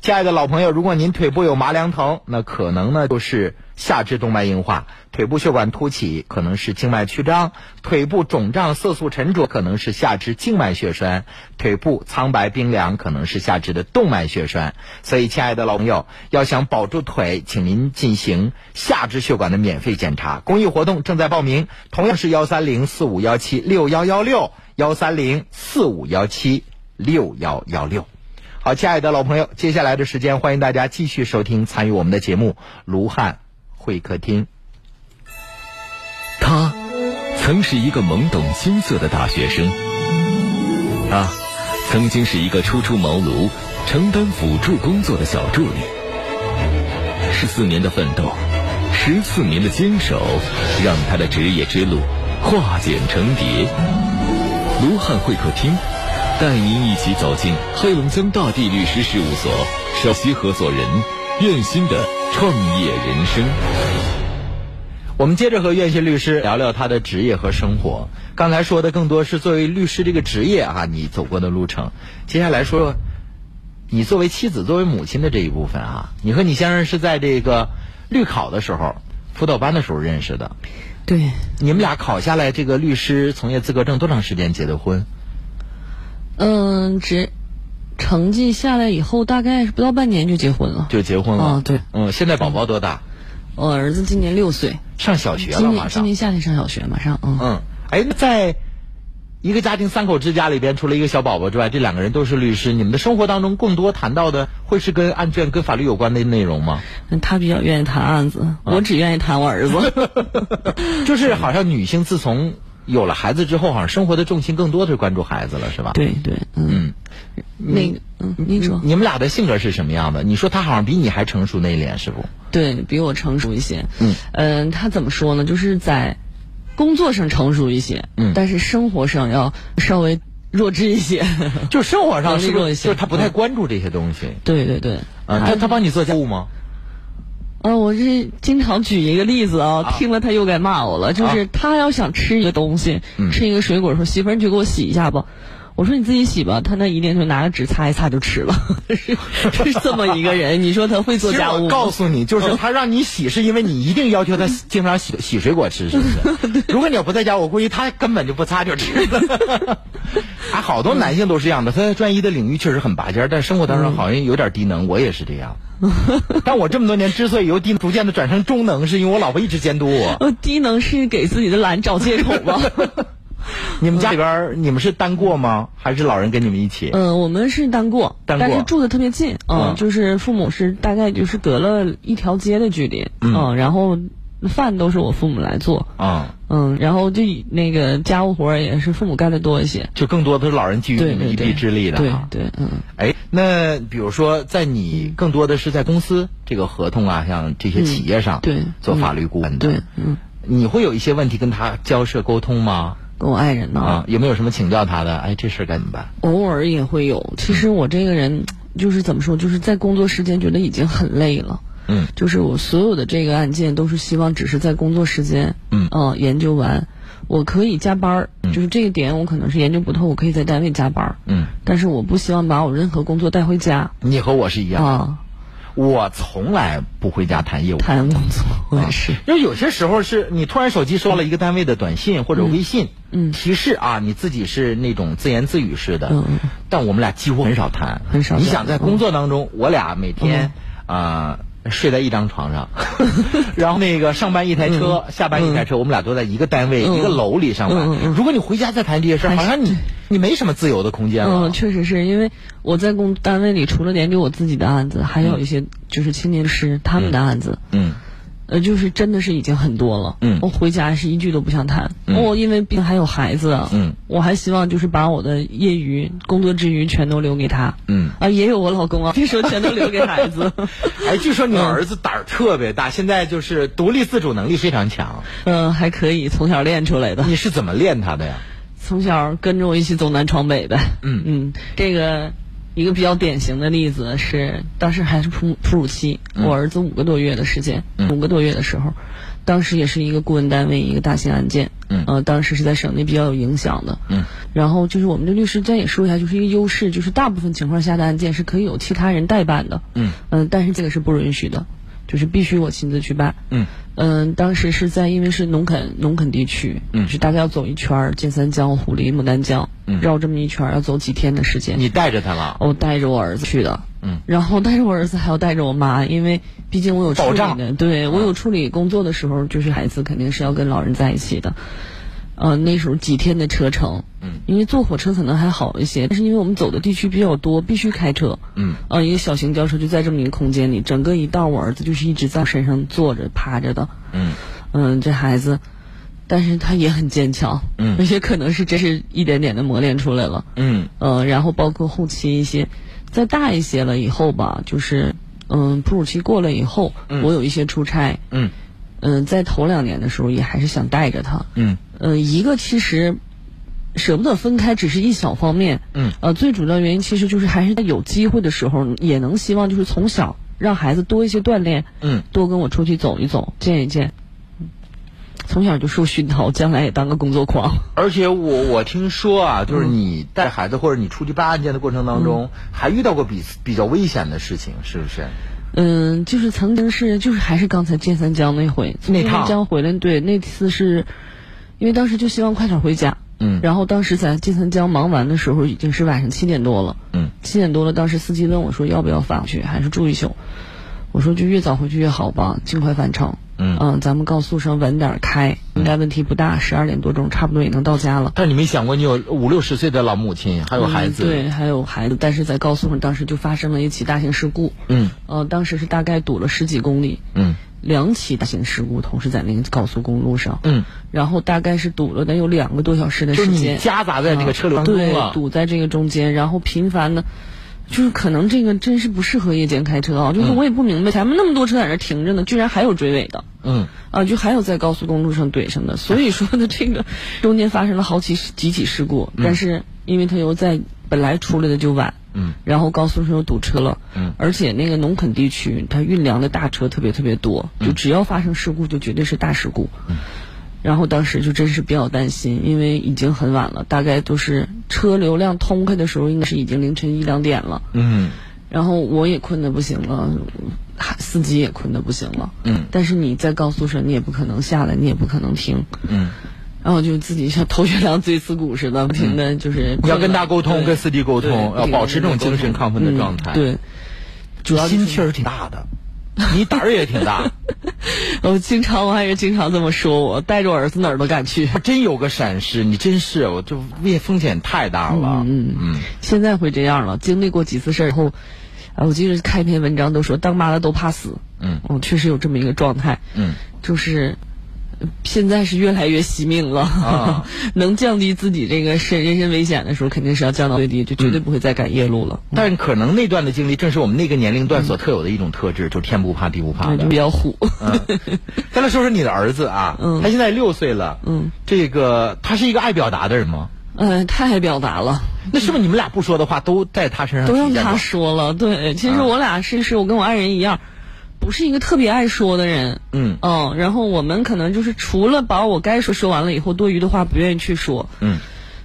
亲爱的老朋友，如果您腿部有麻凉疼，那可能呢就是下肢动脉硬化；腿部血管凸起可能是静脉曲张；腿部肿胀、色素沉着可能是下肢静脉血栓；腿部苍白冰凉可能是下肢的动脉血栓。所以，亲爱的老朋友，要想保住腿，请您进行下肢血管的免费检查。公益活动正在报名，同样是幺三零四五幺七六幺幺六，幺三零四五幺七六幺幺六。好，亲爱的老朋友，接下来的时间，欢迎大家继续收听参与我们的节目《卢汉会客厅》。他曾是一个懵懂青涩的大学生，他曾经是一个初出茅庐、承担辅助工作的小助理。十四年的奋斗，十四年的坚守，让他的职业之路化茧成蝶。卢汉会客厅。带您一起走进黑龙江大地律师事务所首席合伙人苑鑫的创业人生。我们接着和苑鑫律师聊聊他的职业和生活。刚才说的更多是作为律师这个职业啊，你走过的路程。接下来说说你作为妻子、作为母亲的这一部分啊。你和你先生是在这个律考的时候、辅导班的时候认识的。对。你们俩考下来这个律师从业资格证多长时间结的婚？嗯，只成绩下来以后，大概是不到半年就结婚了，就结婚了。啊，对，嗯，现在宝宝多大？我儿子今年六岁，上小学今了，年马今上。年夏天上小学，马上，嗯嗯，哎，那在一个家庭三口之家里边，除了一个小宝宝之外，这两个人都是律师。你们的生活当中更多谈到的会是跟案卷、跟法律有关的内容吗？嗯，他比较愿意谈案嗯子，我只愿意谈我儿 子。就是好像女性自从有了孩子之后，好像生活的重心更多的是关注孩子了，是吧？对对，嗯，那个，嗯，您说，你们俩的性格是什么样的？你说他好像比你还成熟内敛，是不？对比我成熟一些，嗯嗯，他怎么说呢？就是在工作上成熟一些，嗯但是生活上要稍微弱智一些。就生活上是能力不弱是一些就是他不太关注这些东西？ 对对 对，啊，他他帮你做家务吗？呃，我是经常举一个例子啊，听了他又该骂我了。就是他要想吃一个东西，吃一个水果，说媳妇儿，你去给我洗一下吧。我说你自己洗吧，他那一定就拿个纸擦一擦就吃了， 是是这么一个人。你说他会做其实家务嗯我吗？告诉你，就是他让你洗，是因为你一定要求他经常洗洗水果吃，是不 是？如果你要不在家，我估计他根本就不擦就吃了。 还好多男性都是这样的，他在专一的领域确实很拔尖儿，但生活当嗯中好像有点低能，我也是这 样。但我这么多年之所以由低能逐渐 的转成中能，是因为我老婆一直监督我。 呃，低能是给自己的懒找借口吧？你们家里边儿你们是单过吗？还是老人跟你们一起？嗯，我们是单过，单过但是住的特别近，嗯，嗯就是父母是大概就是隔了一条街的距离，嗯然后饭都是我父母来做，啊、嗯，然后就以那个家务活儿也是父母干的多一些，就更多的是老人给予对你们一对臂之力的对哈。对，嗯，哎，那比如说，在你更多的是在公司这个合同啊，像这些企业上，嗯对嗯做法律顾问的，对，嗯，你会有一些问题跟他交涉沟通吗？跟我爱人呢，啊，有没有什么请教他的？哎，这事儿该怎么办？偶尔也会有。其实我这个人就是怎么说，就是在工作时间觉得已经很累了。嗯，就是我所有的这个案件都是希望只是在工作时间，嗯，呃，研究完，我可以加班儿，就是这一点我可能是研究不透，我可以在单位加班儿，嗯，但是我不希望把我任何工作带回家，你和我是一样啊，我从来不回家谈业务，谈工作，我也 是。因为有些时候是你突然手机收了一个单位的短信或者微信，嗯，提示啊，你自己是那种自言自语式的，嗯，但我们俩几乎很少谈，很少你谈嗯想在工作当中，我俩每天啊、呃睡在一张 床上，然后那个上班一台车，下班一台车，我们俩都在一个单位、嗯一个楼里上班。嗯嗯如果你回家再谈这些事儿，好像你你没什么自由的空间了。嗯，确实是因为我在工单位里，除了研究我自己的案子，还有一些就是青年师他们的案子，嗯呃，就是真的是已经很多了。嗯我回家是一句都不想谈。嗯我、因为毕竟还有孩子，啊嗯，我还希望就是把我的业余、工作之余全都留给他。嗯啊，也有我老公啊，别说全都留给孩子。 哎，据说你嗯儿子胆儿特别大，现在就是独立自主能力非常强。嗯，还可以，从小练出来的。你是怎么练他的呀？从小跟着我一起走南闯北呗。嗯嗯，这个一个比较典型的例子是，当时还是哺乳哺乳期，嗯我儿子五个多月的时间，嗯五个多月的时候，当时也是一个顾问单位一个大型案件，嗯呃，当时是在省内比较有影响的，嗯，然后就是我们这律师咱也说一下，就是一个优势，就是大部分情况下的案件是可以有其他人代办的，嗯嗯、但是这个是不允许的，就是必须我亲自去办，嗯嗯，当时是在因为是农垦农垦地区，嗯是大概要走一圈儿，建三江、虎林、牡丹江，嗯绕这么一圈儿要走几天的时间。你带着他了？我带着我儿子去的，嗯然后带着我儿子还要带着我妈，因为毕竟我有处保理障的，对嗯我有处理工作的时候，就是孩子肯定是要跟老人在一起的。呃，那时候几天的车程，嗯，因为坐火车可能还好一些，但是因为我们走的地区比较多，必须开车，嗯呃，一个小型轿车就在这么一个空间里，整个一道我儿子就是一直在我身上坐着趴着的，嗯嗯，这孩子，但是他也很坚强，嗯而且可能是真是一点点的磨练出来了，嗯呃，然后包括后期一些再大一些了以后吧，就是嗯，哺乳期过了以后，嗯我有一些出差，嗯嗯、在头两年的时候也还是想带着他，嗯嗯、一个其实舍不得分开，只是一小方面，嗯呃，最主要原因其实就是还是在有机会的时候，也能希望就是从小让孩子多一些锻炼，嗯多跟我出去走一走，见一见。从小就受熏陶，将来也当个工作狂。而且我我听说啊，就是嗯你带孩子或者你出去办案件的过程当中，还遇到过比比较危险的事情，是不是？嗯，就是曾经是，就是还是刚才建三江那回，从那建趟三江回来，对，那次是，因为当时就希望快点回家，嗯然后当时在建三江忙完的时候，已经是晚上七点多了，嗯七点多了，当时司机问我说要不要返回去，还是住一宿，我说就越早回去越好吧，尽快返程，嗯咱们高速上晚点开，应该问题不大，十二点多钟差不多也能到家了。但你没想过，你有五六十岁的老母亲，还有孩子，嗯对，，还有孩子，但是在高速上当时就发生了一起大型事故，嗯呃，当时是大概堵了十几公里，嗯两起大型事故同时在那个高速公路上，嗯，然后大概是堵了得有两个多小时的就是时你间，啊夹杂在这个车流当中啊嗯对了，，堵在这个中间，然后频繁的，就是可能这个真是不适合夜间开车啊，就是嗯我也不明白，前面那么多车在那停着呢，居然还有追尾的。嗯啊，就还有在高速公路上怼上的，所以说呢， 这个中间发生了好几几起事故，嗯但是因为它又在本来出来的就晚，嗯然后高速上又堵车了，嗯而且那个农垦地区它运粮的大车特别特别多，嗯就只要发生事故就绝对是大事故，然后当时就真是比较担心，因为已经很晚了，大概都是车流量通开的时候，应该是已经凌晨一两点了，嗯然后我也困得不行了，司机也困得不行了。嗯但是你在高速上，你也不可能下来，你也不可能停，嗯，然后就自己像头悬梁锥刺股似的，不停的就是嗯要跟他沟通，对跟司机沟通，对不要停地保持这种精神嗯亢奋的状态，嗯对，主要就是 心气儿挺大的，你胆儿也挺大，我经常，我还是经常这么说我，带着儿子哪儿都敢去。 真有个闪失，你真是，我这危风险太大了。嗯嗯，现在会这样了，经历过几次事儿以后。啊，我记得看一篇文章都说当妈的都怕死，嗯，我、哦、确实有这么一个状态，嗯，就是呃现在是越来越惜命了，啊、 能降低自己这个身人身危险的时候，肯定是要降到最低，就绝对不会再赶夜路了。嗯、但可能那段的经历正是我们那个年龄段所特有的一种特质，嗯、就天不怕地不怕的，就比较虎。 嗯，再来说说你的儿子啊，嗯，他现在六岁了，嗯，这个他是一个爱表达的人吗？嗯，他爱表达了。那是不是你们俩不说的话都在他身上？都让他说了。对，其实嗯我俩是是我跟我爱人一样，不是一个特别爱说的人。嗯嗯，然后我们可能就是除了把我该说说完了以后，多余的话不愿意去说。嗯，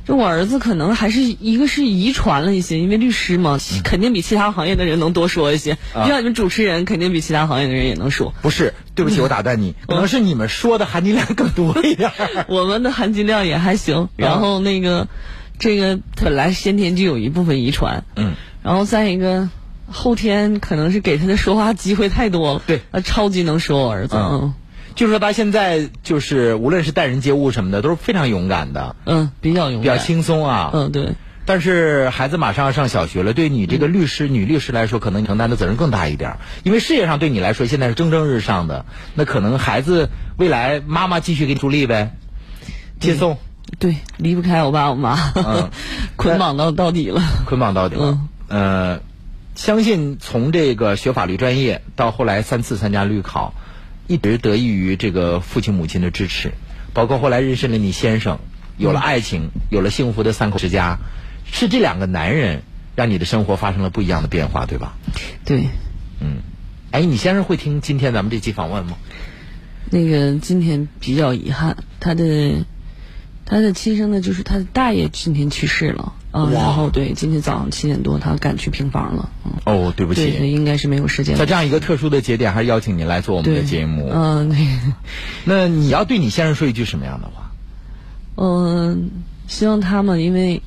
就我儿子可能还是一个是遗传了一些，因为律师嘛，嗯、肯定比其他行业的人能多说一些。就、啊、像你们主持人，肯定比其他行业的人也能说。不是，对不起，我打断你，嗯、可能是你们说的含金量更多一点。 我们的含金量也还行，然后那个。啊这个本来先天就有一部分遗传，嗯，然后再一个后天可能是给他的说话机会太多了，对，他超级能说，我儿子，嗯，就是说他现在就是无论是待人接物什么的都是非常勇敢的，嗯，比较勇敢，比较轻松啊，嗯，对。但是孩子马上要上小学了，对你这个律师、嗯、女律师来说，可能承担的责任更大一点，因为事业上对你来说现在是蒸蒸日上的，那可能孩子未来妈妈继续给你助力呗，接送。嗯对，离不开我爸我妈，嗯、捆绑到到底了，捆绑到底了。嗯、呃，相信从这个学法律专业到后来三次参加律考，一直得益于这个父亲母亲的支持，包括后来认识了你先生，有了爱情，嗯、有了幸福的三口之家，是这两个男人让你的生活发生了不一样的变化，对吧？对，嗯，哎，你先生会听今天咱们这期访问吗？那个今天比较遗憾，他的。他的亲生的，就是他的大爷今天去世了啊，然后对，今天早上七点多他赶去平房了。嗯、哦，对不起，对，应该是没有时间。在这样一个特殊的节点，还邀请您来做我们的节目。嗯、呃，对。那你要对你先生说一句什么样的话？嗯、呃，希望他们，因为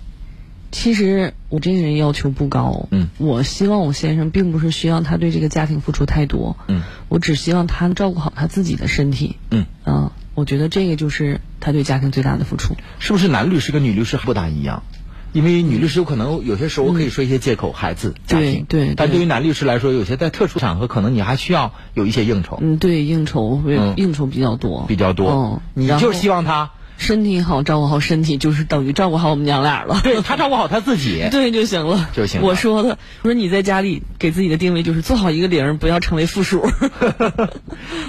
其实我这个人要求不高，嗯，我希望我先生并不是需要他对这个家庭付出太多，嗯，我只希望他照顾好他自己的身体，嗯，嗯、呃。我觉得这个就是他对家庭最大的付出，是不是？男律师跟女律师不大一样，因为女律师有可能有些时候可以说一些借口，孩子、家庭，对。对嗯但对于男律师来说，有些在特殊场合，可能你还需要有一些应酬。嗯，对，应酬会、嗯、应酬比较多，比较多。嗯，你就希望他身体好，照顾好身体，就是等于照顾好我们娘俩 了。对他照顾好他自 己，对就行了，就行了。我说的，我说你在家里给自己的定位就是做好一个零，不要成为负数。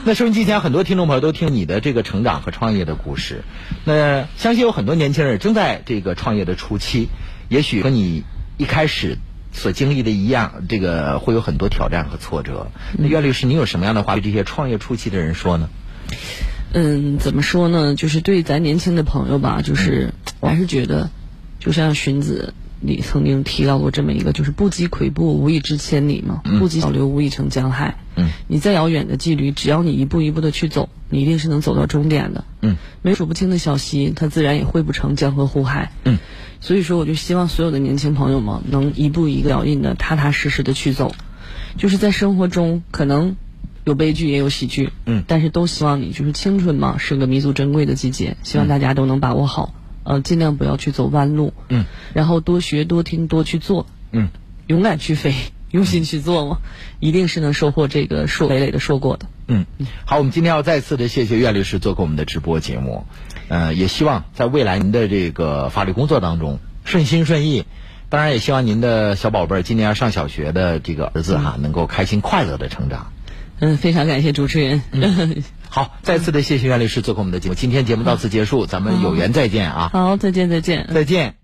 那收音机前很多听众朋友都听你的这个成长和创业的故事，那相信有很多年轻人正在这个创业的初期，也许和你一开始所经历的一样，这个会有很多挑战和挫折。那袁律师，你有什么样的话对这些创业初期的人说呢？嗯，怎么说呢？就是对咱年轻的朋友吧，就是嗯哦我还是觉得，就像荀子里曾经提到过这么一个，就是不积跬步，无以至千里嘛；不积小流，无以成江海。嗯，你再遥远的距离，只要你一步一步的去走，你一定是能走到终点的。嗯，没数不清的小溪，它自然也汇不成江河湖海。嗯，所以说，我就希望所有的年轻朋友们能一步一个脚印的、踏踏实实的去走，就是在生活中可能。有悲剧也有喜剧，嗯，但是都希望你就是青春嘛，是个弥足珍贵的季嗯节，希望大家都能把握好，嗯、呃，尽量不要去走弯路，嗯，然后多学多听多去做，嗯，勇敢去飞，用心去做嘛，一定是能收获这个硕累累的硕果的。嗯，好，我们今天要再次的谢谢岳律师做客我们的直播节目，呃，也希望在未来您的这个法律工作当中顺心顺意。当然，也希望您的小宝贝儿今年要上小学的这个儿子哈，嗯、能够开心快乐的成长。嗯，非常感谢主持人。嗯、好，再次的谢谢袁律师做客我们的节目。今天节目到此结束，咱们有缘再见啊！ 好，再见，再见，再见。